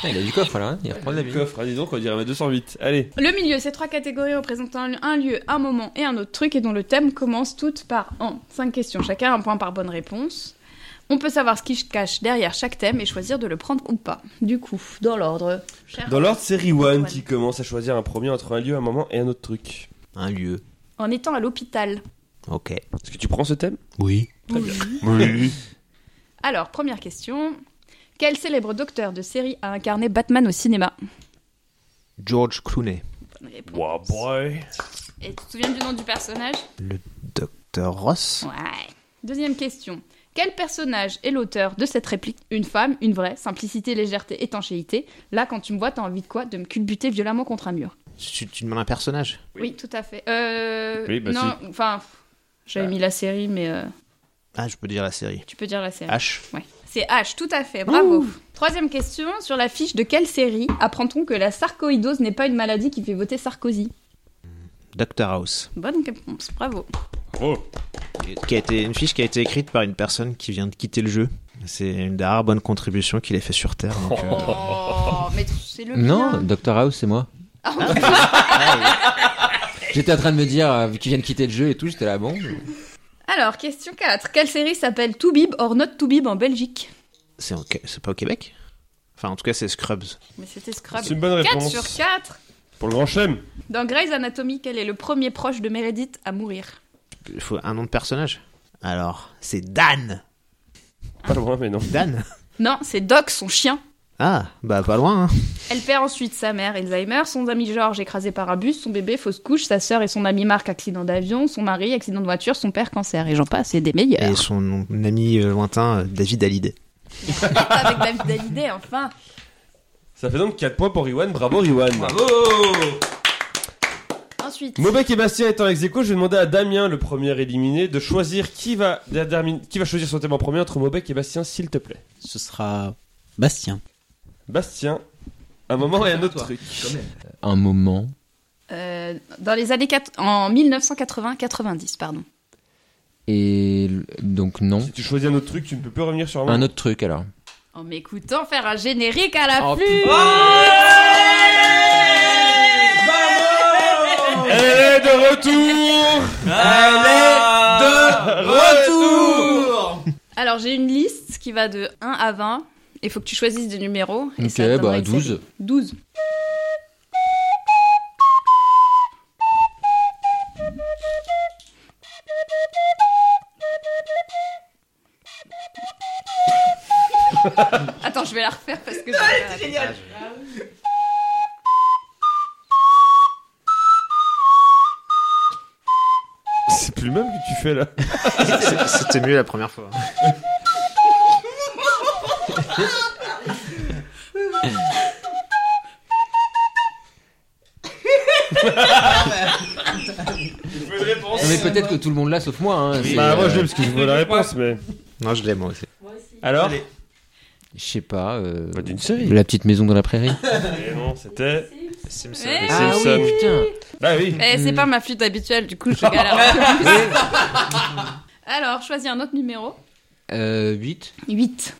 S1: Putain, il a du coffre là, hein. il reprend de la vie.
S3: Coffre, ah, dis donc, on dirait ma 208. Allez.
S2: Le milieu, c'est trois catégories représentant un- un lieu, un moment et un autre truc et dont le thème commence toutes par an. Cinq questions chacun, un point par bonne réponse. On peut savoir ce qui se cache derrière chaque thème et choisir de le prendre ou pas. Du coup, dans l'ordre. cher-
S3: Dans l'ordre, c'est Riwan
S2: Riwan.
S3: qui commence à choisir un premier entre un lieu, un moment et un autre truc.
S6: Un lieu.
S2: En étant à l'hôpital.
S6: Ok.
S3: Est-ce que tu prends ce thème
S6: Oui.
S3: Oui.
S2: Alors, première question. Quel célèbre docteur de série a incarné Batman au cinéma
S6: George Clooney.
S2: Bonne réponse.
S3: Wow, boy.
S2: Et tu te souviens du nom du personnage
S6: Le docteur Ross.
S2: Ouais. Deuxième question. Quel personnage est l'auteur de cette réplique Une femme, une vraie, simplicité, légèreté, étanchéité. Là, quand tu me vois, t'as envie de quoi De me culbuter violemment contre un mur.
S6: Tu, tu demandes un personnage
S2: Oui, tout à fait. Euh...
S3: Oui, bah
S2: non, enfin, pff, j'avais mis la série, mais euh,
S6: Ah, je peux dire la série.
S2: tu peux dire la série.
S6: H.
S2: Ouais. C'est H, tout à fait, bravo. Troisième question, sur la fiche de quelle série apprend-on que la sarcoïdose n'est pas une maladie qui fait voter Sarkozy
S6: Doctor House.
S2: Bonne réponse, bravo.
S6: Qui a été une fiche qui a été écrite par une personne qui vient de quitter le jeu. C'est une des rares bonnes contributions qu'il ait fait sur Terre. donc, euh,
S2: Oh, mais c'est le
S1: Non,
S2: mien.
S1: Dr House, c'est moi.
S5: Ah,
S1: Ah, J'étais en train de me dire, euh, vu qu'ils viennent quitter le jeu et tout, j'étais là, bon.
S2: Alors, question 4. Quelle série s'appelle Toubib or not Toubib en Belgique
S6: C'est au- c'est pas au Québec Enfin, en tout cas, c'est Scrubs.
S2: Mais c'était Scrabble.
S3: C'est une bonne
S2: 4
S3: réponse.
S2: sur 4
S3: Pour le grand chelem.
S2: Dans Grey's Anatomy, quel est le premier proche de Meredith à mourir
S6: Il faut un nom de personnage. Alors, c'est Dan.
S3: Pas loin, mais non.
S6: Dan
S2: Non, c'est Doc, son chien.
S6: Ah, bah pas loin. hein.
S2: Elle perd ensuite sa mère, Alzheimer, son ami George écrasé par un bus, son bébé fausse couche, sa sœur et son ami Marc accident d'avion, son mari accident de voiture, son père cancer et j'en passe, c'est des meilleurs. (laughs)
S6: Et son nom- ami euh, lointain, euh, David Hallyday.
S2: Avec David Hallyday, enfin.
S3: Ça fait donc 4 points pour Riwan. Bravo, Riwan.
S4: Bravo
S2: Ensuite,
S3: Mobek et Bastien étant ex aequo, je vais demander à Damien, le premier éliminé, de choisir qui va, détermine- qui va choisir son thème en premier entre Mobek et Bastien, s'il te plaît.
S5: Ce sera Bastien.
S3: Bastien, un moment et un autre
S4: Toi.
S3: truc.
S1: Un moment.
S2: euh, dans les années 4... en 1980-90, pardon.
S1: Et l- donc, non.
S3: Si tu choisis un autre truc, tu ne peux plus revenir sur un,
S1: Un
S3: moment.
S1: autre truc alors.
S2: En m'écoutant faire un générique à la
S1: Oh,
S2: flûte
S3: Elle est de retour
S2: Alors j'ai une liste qui va de 1 à 20. Il faut que tu choisisses des numéros. et
S1: Ok,
S2: ça te donnera
S1: bah,
S2: une série.
S1: 12.
S2: 12. Attends, je vais la refaire parce que... j'ai-
S3: C'est plus le même que tu fais là.
S6: C'est- C'était mieux la première fois.
S1: Non, mais peut-être que tout le monde l'a sauf moi. hein, c'est,
S3: Bah, moi
S1: euh,
S3: je l'ai parce que je vois la réponse, mais.
S6: Non, je l'ai moi aussi.
S3: Alors
S1: Je sais pas. euh,
S3: Pas d'une série.
S1: La petite maison dans la prairie.
S3: Et non, c'était.
S6: Simpson.
S2: Eh
S3: Ah oui, Simpson.
S1: putain.
S3: Ah oui
S2: Eh, c'est pas ma flûte habituelle, du coup je galère. Alors, choisis un autre numéro.
S1: Euh, 8.
S2: 8.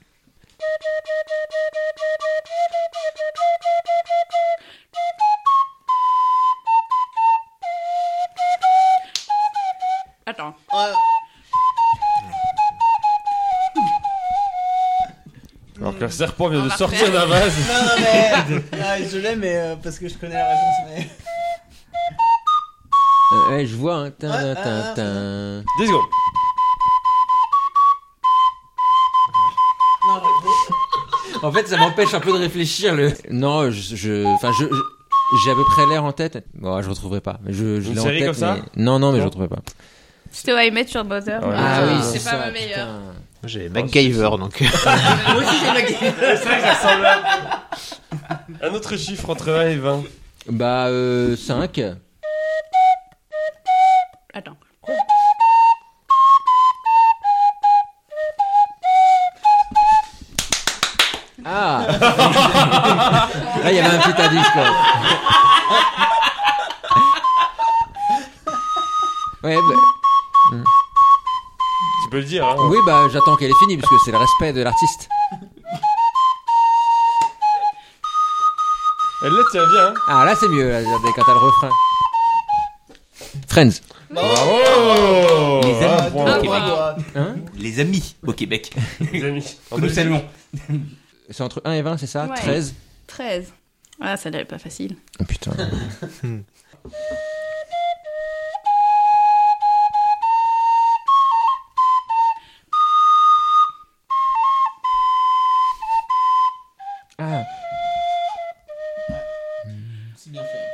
S2: Attends.
S5: Ah,
S3: Alors que le serpent vient
S2: On
S3: de
S2: va
S3: sortir
S2: refaire.
S3: d'un vase. (laughs)
S5: Non, non, mais. ah, je l'ai, mais euh, parce que je connais la réponse. Mais...
S1: Euh, ouais, je vois. Hein. Tin,
S5: Ouais,
S1: tin, tin,
S5: ouais,
S1: tin.
S3: 10 secondes.
S1: En fait, ça m'empêche un peu de réfléchir. Le... Non, je. je- Enfin, je. je- J'ai à peu près l'air en tête. Bon, je retrouverai pas. Je, je
S3: Une
S1: l'ai en
S3: série
S1: tête,
S3: comme ça
S1: mais- Non, non, mais
S3: Non.
S1: je retrouverai pas.
S2: C'était à Met sur Mother.
S3: Ouais.
S2: mais
S3: Ah oui,
S2: c'est
S1: ça,
S2: pas ma meilleure.
S1: putain.
S6: J'ai MacGyver, donc.
S3: Un autre chiffre entre 1 et 20.
S1: Bah, euh, 5.
S2: Attends.
S1: Ah Là, il y avait un petit indice, quoi. Ouais, bah-
S3: Tu peux le dire, hein.
S1: oui, bah j'attends qu'elle ait fini, parce que c'est le respect de l'artiste.
S3: Elle là, tiens bien. hein.
S1: Ah, là, c'est mieux, là, regardez, quand t'as le refrain. Friends.
S3: Bravo
S4: Les
S3: Ah,
S4: amis.
S3: bon,
S2: Ah,
S3: bon,
S2: bravo.
S4: Les amis au Québec.
S3: les amis.
S4: Que nous saluons.
S1: C'est entre 1 et 20, c'est ça
S2: Ouais.
S1: 13
S2: 13. Ah, celle-là est pas facile.
S1: Oh putain. ah,
S5: C'est bien fait.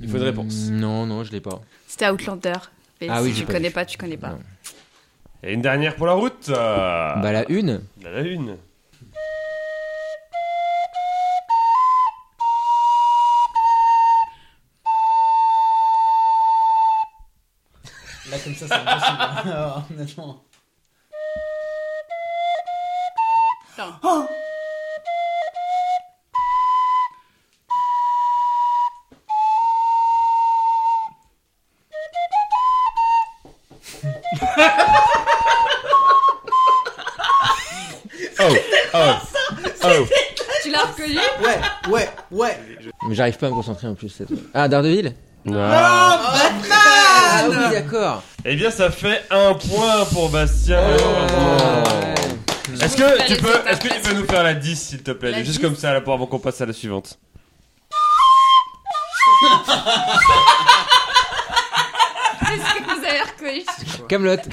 S3: Il faut une réponse.
S1: non, non, je l'ai pas.
S2: C'était Outlander. Mais
S1: Ah
S2: si
S1: oui, j'ai
S2: tu
S1: pas
S2: connais
S1: vu.
S2: pas, tu connais pas.
S1: Non.
S3: Et une dernière pour la route. euh,
S1: Bah la une
S3: Il y en a une.
S5: Là, comme ça, c'est impossible. hein. (laughs) Alors, honnêtement.
S2: Attends.
S3: Oh, oh, oh.
S2: Tu l'as reconnu
S5: Ouais, ouais, ouais.
S1: Mais j'arrive pas à me concentrer en plus. c'est- Ah, Daredevil
S5: Oh,
S1: Ah oui, d'accord.
S3: Eh bien, ça fait un point pour Bastien.
S1: Ouais.
S3: Est-ce
S2: Je peux
S3: que tu
S2: pas laisser
S3: peux,
S2: ta
S3: est-ce que tu
S2: place.
S3: peux nous faire la 10 s'il te plaît
S2: La 10?
S3: Juste comme ça, là, pour avant qu'on passe à la suivante.
S2: Est-ce que vous avez reconnu
S1: Camelot. (laughs)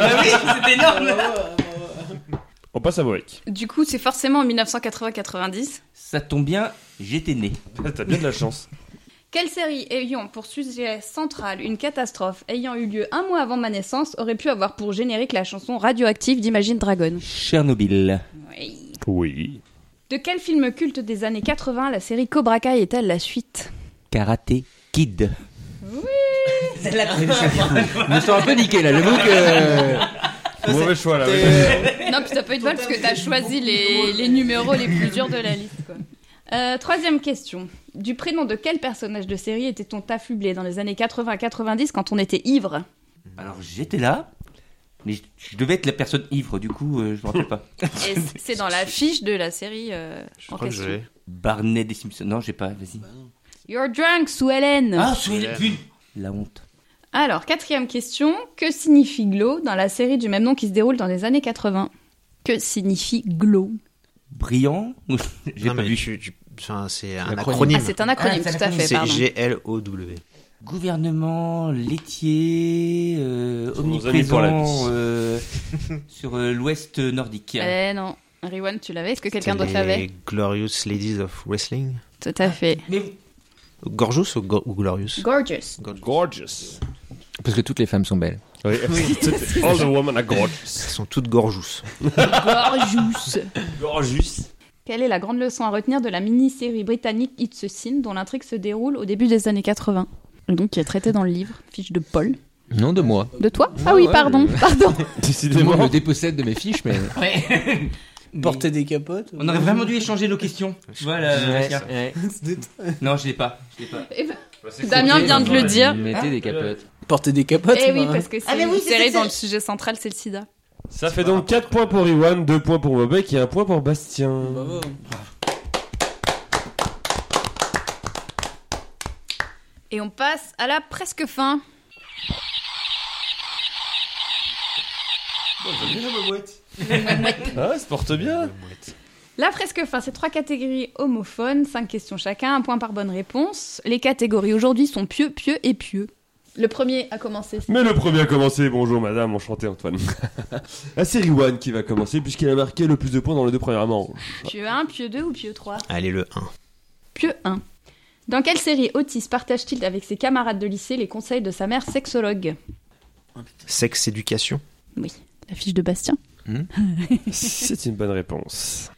S3: Ah
S4: C'est énorme.
S3: On passe à Boek.
S2: Du coup, c'est forcément en 1980-90.
S4: Ça tombe bien, j'étais né.
S3: (laughs) T'as bien de la chance.
S2: Quelle série ayant pour sujet central une catastrophe ayant eu lieu un mois avant ma naissance aurait pu avoir pour générique la chanson radioactive d'Imagine Dragon
S4: Tchernobyl.
S2: Oui.
S3: Oui.
S2: De quel film culte des années 80 la série Cobra Kai est-elle la suite
S4: Karaté Kid.
S1: Je me sens un peu niqué là, le mot que.
S3: Mauvais choix, là. ouais.
S5: T'es-
S2: Non, puis ça peut être mal parce que t'as choisi les, les numéros les plus durs de la liste. Quoi. Euh, troisième question. Du prénom de quel personnage de série était-on affublé dans les années 80-90 quand on était ivre
S4: Alors j'étais là, mais je, je devais être la personne ivre, du coup euh, je me rappelle pas.
S3: (laughs)
S2: Et c'est- C'est dans l'affiche de la série euh,
S6: Je
S2: en
S6: crois que je
S2: question.
S6: l'ai.
S4: Barney des Simpsons. Non, j'ai pas, vas-y.
S2: You're drunk, sous Hélène
S4: Ah, Sweden. La honte.
S2: Alors, quatrième question. Que signifie glow dans la série du même nom qui se déroule dans les années 80 Que signifie glow
S4: Brillant J'ai
S6: Non,
S4: pas
S6: mais
S4: vu.
S6: tu- tu- enfin, c'est un
S1: L'acronyme.
S6: acronyme.
S2: Ah, c'est un acronyme,
S4: Ah, c'est un
S2: tout à fait,
S6: C'est
S2: pardon.
S6: G-L-O-W.
S4: Gouvernement laitier, euh,
S3: Sont nos amis pour la
S4: omniprésent
S3: vie. (laughs) Euh.
S4: euh, sur euh, l'ouest nordique.
S2: Eh non. Riwan, tu l'avais Est-ce que quelqu'un
S6: C'est
S2: d'autre
S6: les
S2: l'avait
S6: Glorious Ladies of Wrestling.
S2: Tout à fait.
S4: Mais
S6: Gorgeous ou, Go- ou Glorious
S2: Gorgeous.
S3: Gorgeous.
S1: Parce que toutes les femmes sont belles.
S3: Oui. (laughs) All the women are gorgeous.
S6: Elles sont toutes gorgeous.
S2: Gorgeous.
S3: Gorgeous.
S2: Quelle est la grande leçon à retenir de la mini-série britannique It's a Sin dont l'intrigue se déroule au début des années 80 Et donc qui est traitée dans le livre, fiche de Paul.
S1: Non, de moi.
S2: De toi Ah oui,
S1: Ouais,
S2: pardon,
S1: je-
S2: pardon.
S1: Tout le monde me
S3: Décidément.
S1: dépossède de mes fiches, mais.
S3: (laughs)
S5: Porter des capotes
S4: on aurait vraiment dû échanger nos questions. Voilà. Bastien. Non, je l'ai pas. Je l'ai pas.
S2: Damien vient de le dire.
S1: Mettez des capotes.
S5: Porter des capotes
S2: Eh oui,
S5: bah,
S2: parce que c'est une série dont le sujet central c'est le sida.
S3: Ça fait donc 4 points pour Iwan, 2 points pour Bobek et 1 point pour Bastien.
S5: bravo.
S2: Et on passe à la presque fin.
S3: (laughs) Ah, ça se porte bien.
S2: La presque fin, c'est trois catégories homophones, cinq questions chacun, un point par bonne réponse. Les catégories aujourd'hui sont pieux, pieux et pieux. Le premier a commencé.
S3: Mais le premier à commencer, bonjour madame, enchanté Antoine. (laughs) La série 1 qui va commencer puisqu'il a marqué le plus de points dans les deux premières manches.
S2: Pieux 1, Pieux 2 ou Pieux 3
S6: Allez, le 1.
S2: Pieux 1. Dans quelle série Otis partage-t-il avec ses camarades de lycée les conseils de sa mère sexologue
S6: Sexe, éducation.
S2: Oui, la fiche de Bastien.
S3: C'est une bonne réponse.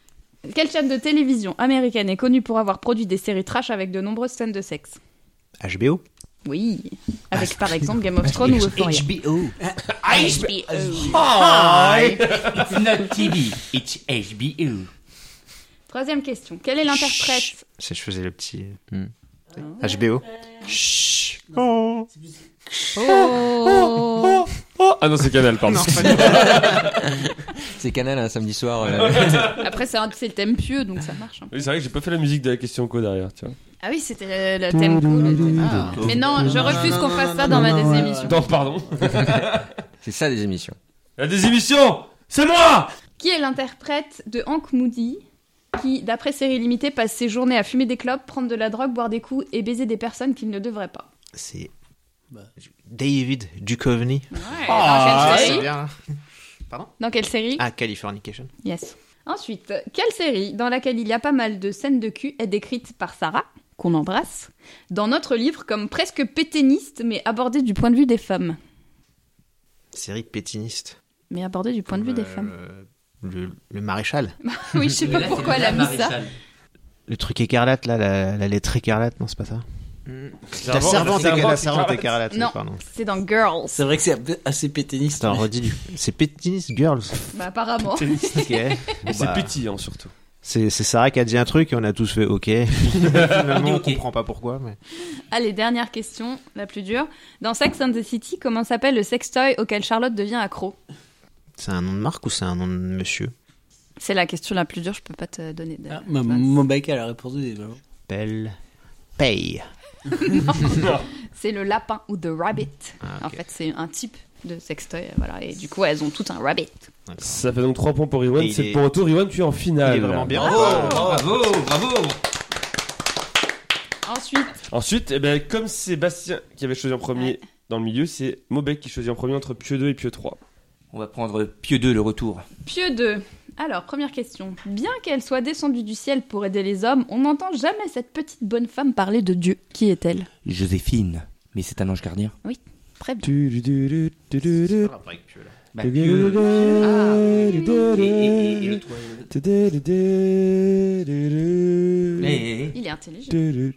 S2: Quelle chaîne de télévision américaine est connue pour avoir produit des séries trash avec de nombreuses scènes de sexe
S6: HBO.
S2: Oui, avec par exemple Game of Thrones ou Euphoria.
S4: HBO. E. Oh, It's not TV, it's HBO.
S2: Troisième question. Quelle est l'interprète
S6: C'est, je faisais le petit. euh,
S1: Hmm.
S6: HBO.
S2: Oh
S3: Ah non, c'est Canal, pardon.
S1: C'est Canal un samedi soir. euh, la-
S2: Après, c'est un- c'est le thème pieux, donc ça marche. hein.
S3: Oui, c'est vrai que j'ai pas fait la musique de la question co derrière, tiens.
S2: Ah oui, c'était le, le thème cool. le thème- Ah. Mais non, je refuse qu'on fasse ça dans ma désémission.
S3: Non, pardon.
S1: C'est ça des émissions.
S3: La désémission, c'est moi
S2: Qui est l'interprète de Hank Moody qui, d'après Série Limitée, passe ses journées à fumer des clopes, prendre de la drogue, boire des coups et baiser des personnes qu'il ne devrait pas
S6: C'est David Duchovny.
S2: Ouais,
S4: Ah,
S2: dans quelle
S6: c'est
S2: série
S6: bien.
S2: Dans quelle série
S6: Ah, Californication.
S2: Yes. Ensuite, quelle série dans laquelle il y a pas mal de scènes de cul est décrite par Sarah, qu'on embrasse, dans notre livre comme presque péténiste, mais abordée du point de vue des femmes
S6: Série pétiniste.
S2: Mais abordée du point de vue des
S6: Euh,
S2: femmes.
S6: Le, le maréchal.
S2: oui, je sais pas pourquoi elle a mis ça.
S6: Le truc écarlate, là, la, la lettre écarlate. Non, c'est pas ça. La servante, éca- la servante écarlate.
S2: Non.
S6: pardon.
S2: C'est dans Girls.
S5: C'est vrai que c'est assez péténiste.
S6: Attends, redis-lui. C'est pétiniste girls.
S2: Bah, apparemment.
S6: Ok.
S3: Et Eh, C'est
S6: Bah,
S3: pétillant surtout.
S6: C'est c'est Sarah qui a dit un truc et on a tous fait (laughs) OK. Finalement, on
S4: Ok.
S6: comprend pas pourquoi. Mais...
S2: Allez, dernière question, la plus dure. Dans Sex and the City, comment s'appelle le sextoy auquel Charlotte devient accro
S6: C'est un nom de marque ou c'est un nom de monsieur
S2: C'est la question la plus dure, je peux pas te donner de.
S5: Ah, ma, mon bec, elle a répondu. bah,
S6: Belle. Paye.
S2: C'est le lapin ou the rabbit.
S6: Ah,
S2: En
S6: ok.
S2: fait, c'est un type de sextoy, voilà. Et du coup, elles ont tout un rabbit.
S3: Ça fait donc 3 points pour
S6: Et
S3: Riwan,
S6: il
S3: 7
S6: est-
S3: points en tout. Riwan, tu es en finale.
S6: Ah, Il est vraiment bien. oh.
S4: Bravo, bravo.
S2: Ensuite,
S3: Ensuite, eh ben, comme c'est Bastien qui avait choisi en premier
S2: Ouais.
S3: dans le milieu, c'est Mobek qui choisit en premier entre Pieux 2 et Pieux 3.
S4: On va prendre Pieux 2 le retour.
S2: Pieux 2. Alors, première question. Bien qu'elle soit descendue du ciel pour aider les hommes, on n'entend jamais cette petite bonne femme parler de Dieu. Qui est-elle
S4: Joséphine. Mais c'est un ange gardien.
S2: Très bien.
S4: Bah, Pieux. Et, et- et le toit. Mais-
S2: Il est intelligent.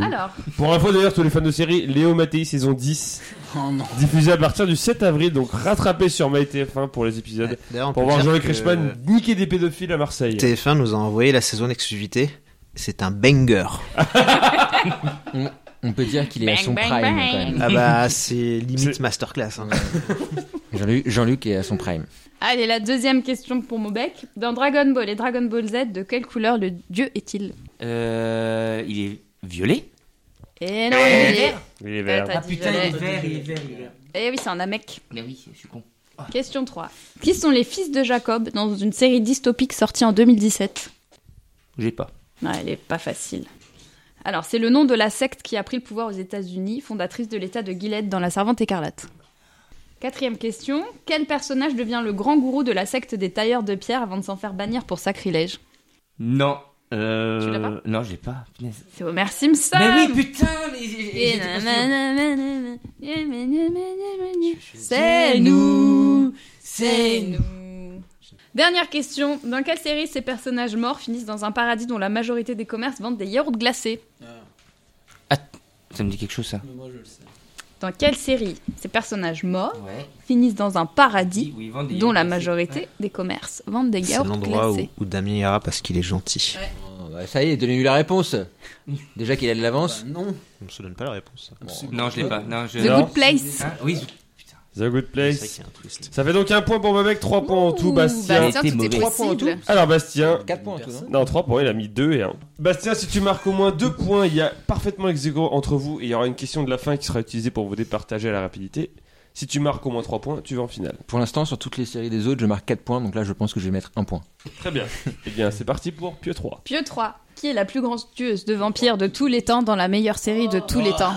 S2: Alors,
S3: Pour info d'ailleurs, tous les fans de série, Léo Mattei saison 10,
S5: Oh non.
S3: diffusé à partir du 7 avril, donc rattrapé sur MyTF1 pour les épisodes.
S6: Euh, D'ailleurs, on
S3: Pour
S6: peut
S3: voir
S6: dire
S3: Jean-Luc
S6: que
S3: Reichmann niquer des pédophiles à Marseille.
S6: TF1 nous a envoyé la saison d'exclusivité. C'est un (laughs) banger.
S1: On peut dire qu'il est à
S2: Bang,
S1: son
S2: bang,
S1: prime
S2: bang.
S1: quand même.
S6: Ah bah, c'est limite
S3: C'est-
S6: masterclass. hein.
S1: Jean-Luc Jean-Luc est à son prime.
S2: allez, la deuxième question pour Mobek. Dans Dragon Ball et Dragon Ball Z, de quelle couleur le Dieu est-il
S4: Euh, il est violet
S2: Et Eh non,
S4: Eh.
S2: il est...
S3: Il est
S2: Ah,
S3: vert.
S2: t'as dit violet.
S4: vert, il est vert, il est vert.
S2: Eh oui, c'est un amec.
S4: Mais oui, je suis con.
S2: Question 3. Qui sont les fils de Jacob dans une série dystopique sortie en 2017
S4: J'ai pas.
S2: Ouais, elle est pas facile. Alors, c'est le nom de la secte qui a pris le pouvoir aux États-Unis, fondatrice de l'État de Gilead dans La Servante écarlate. Quatrième question. Quel personnage devient le grand gourou de la secte des tailleurs de pierre avant de s'en faire bannir pour sacrilège
S4: Non. Euh...
S2: Tu l'as pas
S4: Non, j'ai pas. Punaise.
S2: C'est Homer Simpson
S4: Mais oui, putain, mais j'ai-
S2: Et
S4: j'ai- j'étais pas sûr.
S2: nanananana, nanananana, C'est nous C'est nous Dernière question. Dans quelle série ces personnages morts finissent dans un paradis dont la majorité des commerces vendent des yaourts glacés
S4: Ça me dit quelque chose, ça.
S5: Mais moi, je le sais.
S2: Dans quelle série ces personnages morts
S4: Ouais.
S2: finissent dans un paradis
S4: Oui, ils vendent des-
S2: dont la majorité des commerces vendent des
S6: C'est
S2: yaourts
S6: l'endroit où,
S2: glacés.
S6: où Damien ira parce qu'il est gentil.
S1: Oh, bah, ça y est, donnez-lui la réponse. Déjà qu'il a de l'avance.
S5: Bah, non.
S6: On ne se donne pas la réponse.
S4: Non, je l'ai pas. Non, je...
S2: The
S3: Non.
S2: Good Place.
S4: Hein oui, je-
S3: The Good
S6: C'est vrai
S3: Place.
S6: qu'il y a un twist.
S3: Ça fait donc un point pour Mobek, 3 points en tout,
S2: Ouh,
S3: Bastien.
S2: Bastien,
S4: Il était
S2: tout est
S4: mauvais.
S1: Trois points en
S2: possible.
S3: Alors Bastien,
S1: 4 points en tout. hein. non
S3: Non, 3 points, il a mis 2 et 1. Bastien, si tu marques au moins 2 points, il y a parfaitement ex aequo entre vous et il y aura une question de la fin qui sera utilisée pour vous départager à la rapidité. Si tu marques au moins 3 points, tu vas en finale.
S1: Pour l'instant, sur toutes les séries des autres, je marque 4 points, donc là, je pense que je vais mettre 1 point.
S3: Très bien. (laughs) Eh bien, c'est parti pour Pieux 3.
S2: Pieux 3. Qui est la plus grande tueuse de vampires de tous les temps dans la meilleure série de tous les temps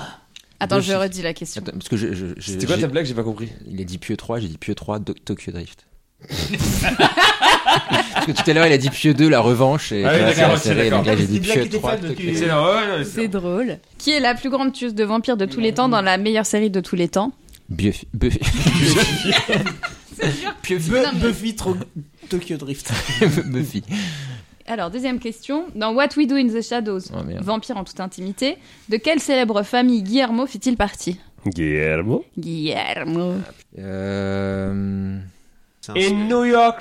S2: Attends,
S1: deux
S2: je
S1: chiffres.
S2: redis la question.
S1: Attends, parce que je. je- je-
S3: C'était quoi
S1: j'ai-
S3: ta blague J'ai pas compris.
S1: Il a dit Pieux 3, j'ai dit Pieux 3, Do- Tokyo Drift. Parce que tout à l'heure, il a dit Pieux 2, la revanche. Et
S3: Ah oui,
S1: tu vois,
S3: d'accord,
S1: c'est
S3: ok,
S1: resserré,
S3: d'accord.
S1: Donc là, j'ai
S6: C'est
S1: dit
S6: une blague
S1: Pieux
S6: qui était
S1: 3,
S6: fan de
S1: Tokyo
S6: Pieux.
S1: Drift.
S3: C'est là, ouais, ouais, ouais,
S2: C'est
S3: c'est-
S2: drôle. Qui est la plus grande tueuse de vampires de tous les temps dans la meilleure série de tous les temps
S1: Buffy. Buffy. Pieux
S2: Non, mais-
S5: Buffy trop Tokyo Drift.
S1: Buffy.
S2: Alors, deuxième question. Dans What We Do in the Shadows,
S1: Oh merde.
S2: Vampire en toute intimité, de quelle célèbre famille Guillermo fait-il partie
S3: Guillermo.
S2: Guillermo.
S1: Euh.
S6: C'est un-
S3: In New York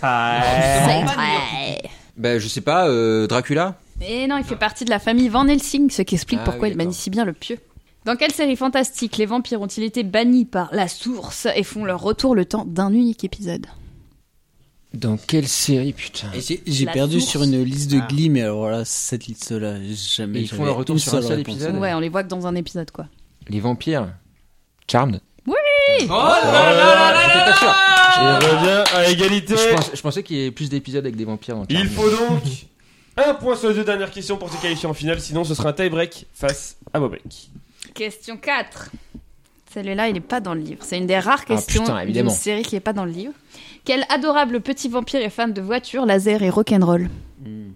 S2: C'est vrai.
S1: Ben, je sais pas, euh, Dracula
S2: Et non, il fait partie de la famille Van Helsing, ce qui explique
S1: Ah
S2: pourquoi
S1: oui,
S2: il manie
S1: d'accord.
S2: si bien le pieu. Dans quelle série fantastique les vampires ont-ils été bannis par la source et font leur retour le temps d'un unique épisode
S1: Dans quelle série, putain
S5: Et j'ai- J'ai
S2: La
S5: perdu
S2: source.
S5: sur une liste de
S6: Ah.
S5: Glee, mais alors voilà, cette liste-là, jamais.
S1: Et ils font
S5: j'avais
S1: leur retour
S5: une
S1: sur un
S5: seule
S1: seul
S5: réponse.
S1: épisode
S2: Ouais, on les voit que dans un épisode, quoi.
S1: Les vampires Charmed
S3: là
S1: J'étais pas sûr.
S3: Il revient à égalité.
S1: Je, pense- je pensais qu'il y avait plus d'épisodes avec des vampires dans Charmed.
S3: Il faut donc un point sur les deux dernières questions pour se qualifier en finale, sinon ce sera un tie-break face à Bobek.
S2: Question 4. Celle-là, il n'est pas dans le livre. C'est une des rares questions
S1: Ah, putain,
S2: d'une
S1: évidemment.
S2: série qui n'est pas dans le livre. Quel adorable petit vampire est fan de voitures, laser et rock'n'roll
S3: Hmm.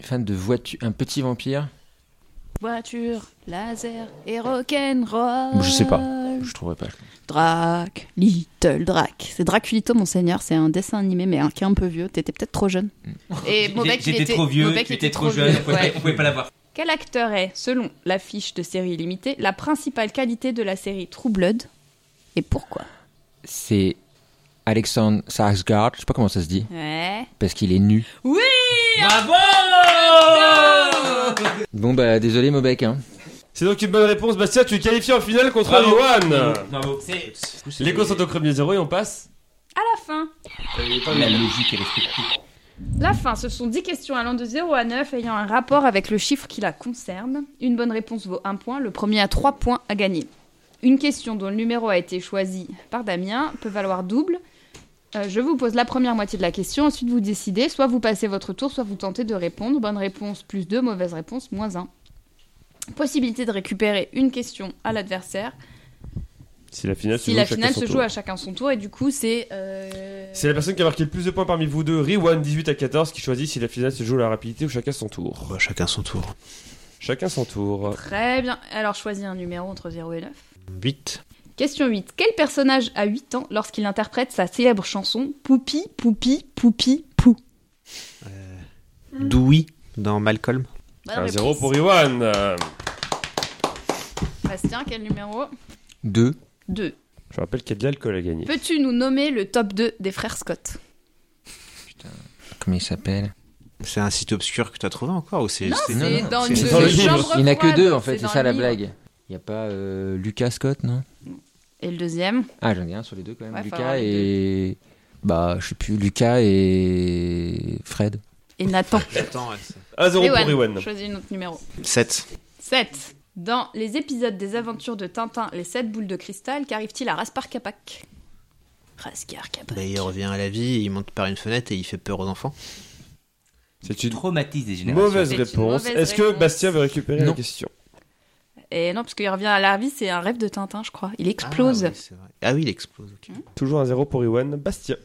S1: Fan de voiture, un petit vampire
S2: Voiture, laser et rock'n'roll.
S1: Je sais pas. Je trouverais pas.
S2: Drac, Little Drac. C'est Draculito, mon seigneur. C'est un dessin animé, mais un, qui est un peu vieux. T'étais peut-être trop jeune.
S1: Mm.
S2: Et Bobek, il
S4: (laughs) J'étais
S2: était-
S4: trop vieux,
S2: Bobek
S4: tu
S2: était
S4: étais trop jeune,
S2: vieux.
S4: on pouvait
S2: Ouais.
S4: pas- on pouvait pas l'avoir.
S2: (laughs) Quel acteur est, selon l'affiche de série illimitée, la principale qualité de la série True Blood et pourquoi
S1: C'est Alexandre Sarsgaard, je sais pas comment ça se dit,
S2: Ouais.
S1: parce qu'il est nu.
S4: Bravo
S1: Bon bah désolé Mobec hein.
S3: C'est donc une bonne réponse, Bastien, tu es qualifié en finale contre
S4: Bravo.
S3: Rowan.
S4: Bravo.
S3: Les courses sont au premier zéro et on passe.
S2: À la fin.
S4: La logique est respectée.
S2: La fin, ce sont 10 questions allant de 0 à 9 ayant un rapport avec le chiffre qui la concerne. Une bonne réponse vaut 1 point, le premier à 3 points à gagner. Une question dont le numéro a été choisi par Damien peut valoir double. Euh, je vous pose la première moitié de la question, ensuite vous décidez, soit vous passez votre tour, soit vous tentez de répondre. Bonne réponse plus 2, mauvaise réponse moins 1. Possibilité de récupérer une question à l'adversaire
S3: Si la finale
S2: si la finale se joue à chacun son tour et du coup c'est... euh,
S3: C'est la personne qui a marqué le plus de points parmi vous deux, Rewan 18 à 14, qui choisit si la finale se joue à la rapidité ou chacun son tour.
S6: Bah, chacun son tour.
S3: Chacun son tour.
S2: Très bien, alors choisis un numéro entre 0 et 9.
S6: 8.
S2: Question 8. Quel personnage a 8 ans lorsqu'il interprète sa célèbre chanson Poupi, Poupi, Poupi, Pou
S6: Dewey dans Malcolm.
S3: Un zéro pour Rewan. Euh,
S2: Bastien, quel numéro
S1: Deux.
S2: 2.
S3: Je rappelle qu'il y a de l'alcool à gagner.
S2: Peux-tu nous nommer le top 2 des frères Scott
S1: Comment il s'appelle
S6: C'est un site obscur que t'as trouvé encore ou c'est
S2: Non,
S6: c'est-
S2: c'est
S1: non,
S2: dans une
S6: c'est
S2: de
S6: dans
S2: ces
S6: le livre.
S2: chambres
S1: Il n'y en a
S2: froides,
S1: que deux en fait, c'est
S2: dans
S1: ça
S2: le
S1: la
S2: livre.
S1: blague. Il n'y a pas euh, Lucas Scott non
S2: Et le deuxième
S1: Ah j'en ai un sur les deux quand même.
S2: Ouais, faut avoir
S1: Lucas
S2: les
S1: et... Bah je sais plus, Lucas et Fred.
S2: Et Nathan.
S6: Attends, ouais, c'est-
S3: Un zéro pour Rewan.
S2: Ewan, choisis une autre numéro.
S6: 7.
S2: 7. Dans les épisodes des aventures de Tintin, les 7 boules de cristal, qu'arrive-t-il à Raspar Capac Raspar Capac.
S6: Bah, il revient à la vie, il monte par une fenêtre et il fait peur aux enfants.
S3: C'est une
S4: Traumatise des générations.
S3: mauvaise
S2: C'est une
S3: réponse.
S2: mauvaise
S3: Est-ce que
S2: réponse.
S3: Bastien veut récupérer la
S1: Non.
S3: question
S2: Et Eh non, parce qu'il revient à la vie, c'est un rêve de Tintin, je crois. Il explose. Hmm.
S6: Ah oui, c'est vrai. Ah oui, il explose. ok.
S3: Toujours un zéro pour Rewan. Bastien.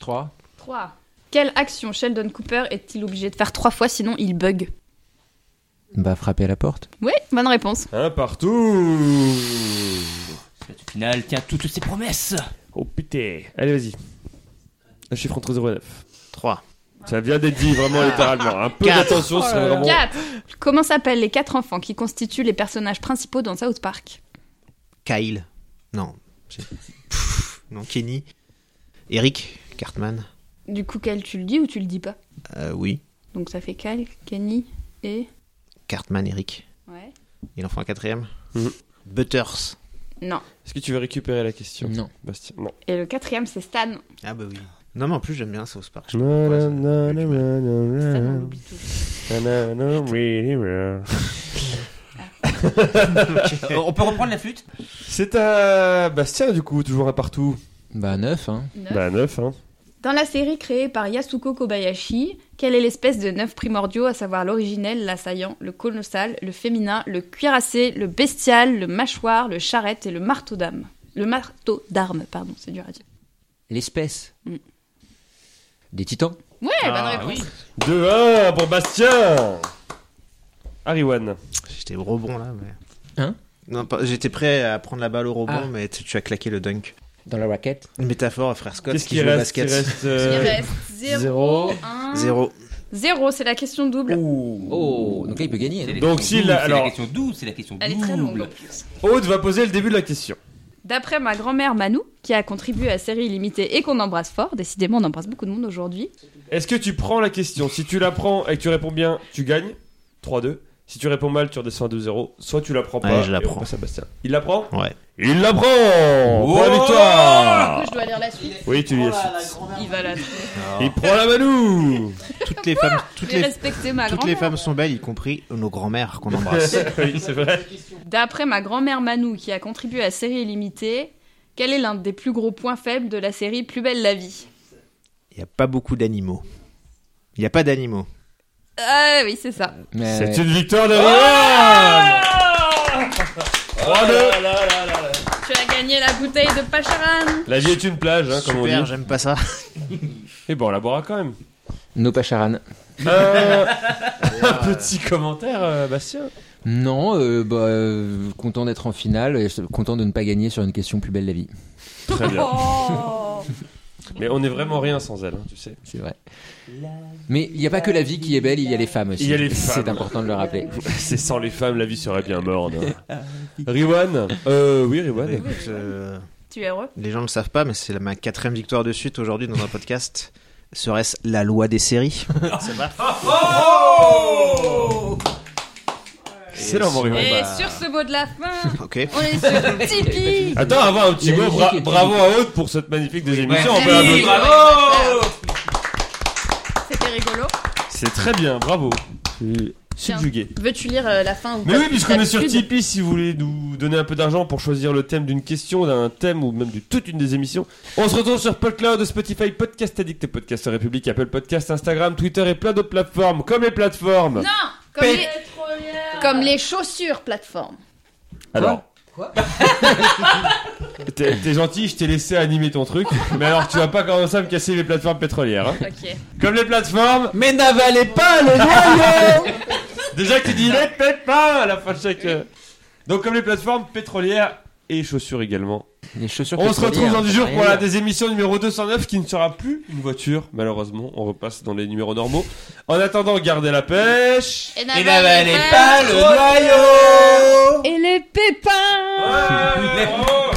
S1: 3.
S2: 3. Quelle action Sheldon Cooper est-il obligé de faire trois fois sinon il bug
S1: Bah frapper à la porte.
S2: Oui, bonne réponse.
S3: Un Hein, partout
S4: Au final, tiens, toutes ces promesses.
S3: Oh putain Allez, vas-y. Un chiffre entre 0 et 9.
S6: 3.
S3: Ça vient d'être dit, vraiment littéralement. Un peu
S6: Quatre.
S3: d'attention, c'est vraiment...
S2: 4. Comment s'appellent les quatre enfants qui constituent les personnages principaux dans South Park
S6: Kyle. Non. c'est- Pff, non, Kenny. Eric Cartman.
S2: Du coup, quel tu le dis ou tu le dis pas
S6: Euh, oui.
S2: Donc ça fait Cal, Kenny et.
S6: Cartman, Eric.
S2: Ouais.
S6: Il en faut un quatrième.
S3: Mhm.
S6: Butters.
S2: Non.
S3: Est-ce que tu veux récupérer la question
S1: Non.
S3: Bastien. Non.
S2: Et le quatrième, c'est Stan.
S6: Ah bah oui. Non, mais en plus, j'aime bien South Park. Je sais pas pourquoi, ça-
S2: Stan, on
S3: Nanana,
S2: l'oublie toujours.
S3: nanana, really well.
S4: Euh, on peut reprendre la flûte
S3: C'est à Bastien, du coup, toujours un partout.
S1: Bah 9 hein.
S2: Neuf.
S3: Bah, 9, hein.
S2: Dans la série créée par Yasuko Kobayashi, quelle est l'espèce de neuf primordiaux, à savoir l'originel, l'assaillant, le colossal, le féminin, le cuirassé, le bestial, le mâchoire, le charrette et le marteau d'âme Le marteau d'armes, pardon, c'est dur à dire.
S1: L'espèce
S2: Mm.
S1: Des titans
S2: Ouais,
S4: Ah,
S2: bonne réponse.
S3: 2-1 pour Bastien Ariwan.
S6: J'étais au rebond là, mais.
S1: Hein
S6: Non, pas- j'étais prêt à prendre la balle au rebond,
S1: Ah.
S6: mais tu, tu as claqué le dunk.
S1: dans la raquette.
S6: Une métaphore à frère Scott
S3: Qu'est-ce
S6: qui
S3: qui
S6: joue au
S3: reste Il
S6: basket.
S3: reste.
S2: Il
S3: euh,
S2: reste 0, 1.
S6: Zéro.
S2: 0, c'est la question double.
S1: Oh, donc là il peut gagner. hein.
S3: Donc, s'il a- alors-
S4: C'est la question 12, c'est la question
S2: Elle est très longue en
S4: double.
S2: plus.
S3: Aude va poser le début de la question.
S2: D'après ma grand-mère Manou, qui a contribué à Série Illimitée et qu'on embrasse fort, décidément on embrasse beaucoup de monde aujourd'hui,
S3: Est-ce que tu prends la question Si tu la prends et que tu réponds bien, tu gagnes 3-2. Si tu réponds mal, tu redescends à 2-0. Soit tu la prends pas.
S6: Ouais, je la
S3: et on
S6: prends.
S3: passe à Bastien. Il la prend
S6: Ouais.
S3: Il la prend Pour la victoire
S2: je dois lire la suite. Oh
S3: Oui, tu lui laisses.
S2: Il va la
S3: Il prend la manou
S6: Toutes les femmes,
S2: Je
S6: toutes
S2: vais
S6: les,
S2: respecter ma
S6: toutes les
S2: grand-mère.
S6: femmes sont belles, y compris nos grand-mères
S2: (laughs)
S6: qu'on embrasse.
S3: (laughs) Oui, c'est vrai.
S2: D'après ma grand-mère Manou, qui a contribué à Série Illimitée, quel est l'un des plus gros points faibles de la série Plus belle la vie
S6: Il n'y a pas beaucoup d'animaux. Il n'y a pas d'animaux.
S2: Ah oui, c'est ça.
S1: Mais-
S3: C'est une victoire d'Ariwan Oh 3-2
S2: Tu as gagné la bouteille de Pacharan.
S3: La vie est une plage, hein, comme on
S6: Super,
S3: dit.
S6: j'aime pas ça.
S3: Et bon, on la boira quand (laughs) même.
S1: No Pacharan.
S3: Euh, (laughs) un petit commentaire, euh, Bastien.
S1: Non, euh, bah, euh, content d'être en finale, et content de ne pas gagner sur une question plus belle la vie.
S3: Très bien.
S2: Oh
S3: Mais on est vraiment rien sans elle, hein, tu sais.
S1: C'est vrai. Mais il n'y a pas que la vie qui est belle, il y a les femmes aussi.
S3: Il y a les femmes.
S1: C'est important de le rappeler.
S3: (laughs) C'est sans les femmes, la vie serait
S1: (laughs)
S3: bien morne.
S1: Ah,
S3: Riwan Euh, oui, Riwan.
S6: Écoute, euh,
S2: tu es heureux
S6: les gens ne le savent pas, mais c'est la- ma quatrième victoire de suite aujourd'hui dans un podcast. Serait-ce la loi des séries
S2: Oh
S3: Oh Excellent, mon Riwan.
S2: Et sur ce mot de la fin,
S6: Ok.
S2: on est
S3: (laughs)
S2: sur Tipeee.
S3: Attends, avant un petit
S1: La
S3: mot,
S1: musique
S3: bra-
S1: est-
S3: bravo à Aude pour cette magnifique deuxième émission. on peut
S2: Merci.
S3: l'applaudir.
S4: Bravo
S2: C'était rigolo.
S3: C'est très bien, bravo. Tu- Subjugué.
S2: Veux-tu lire euh, la fin ou
S3: Mais
S2: pas,
S3: oui, puisqu'on est sur
S2: d'habitude
S3: Tipeee, si vous voulez nous donner un peu d'argent pour choisir le thème d'une question, d'un thème ou même de toute une des émissions, on se retrouve sur PodCloud, Spotify, Podcast Addict, Podcast République, Apple Podcast, Instagram, Twitter et plein d'autres plateformes, comme les plateformes.
S2: Non comme les... comme les chaussures plateforme.
S3: Alors.
S5: (laughs)
S3: T'es t'es gentil, je t'ai laissé animer ton truc, mais alors tu vas pas commencer à me casser les plateformes pétrolières. hein.
S2: Ok.
S3: Comme les plateformes,
S5: Mais n'avalez pas
S3: (laughs)
S5: le noyau
S3: déjà que tu dis les peut-être pas à la fin de chaque. euh. Donc, comme les plateformes pétrolières et chaussures également.
S1: Les chaussures
S3: On se retrouve
S1: pétrolières,
S3: dans du jour
S1: rien
S3: pour la
S1: dire.
S3: des émissions numéro 209 qui ne sera plus une voiture, malheureusement. On repasse dans les numéros normaux. En attendant, gardez la pêche.
S2: Et
S4: Et n'avalez
S2: n'avalez
S4: pas le noyau
S2: Et les pépins
S3: Ouais, bravo.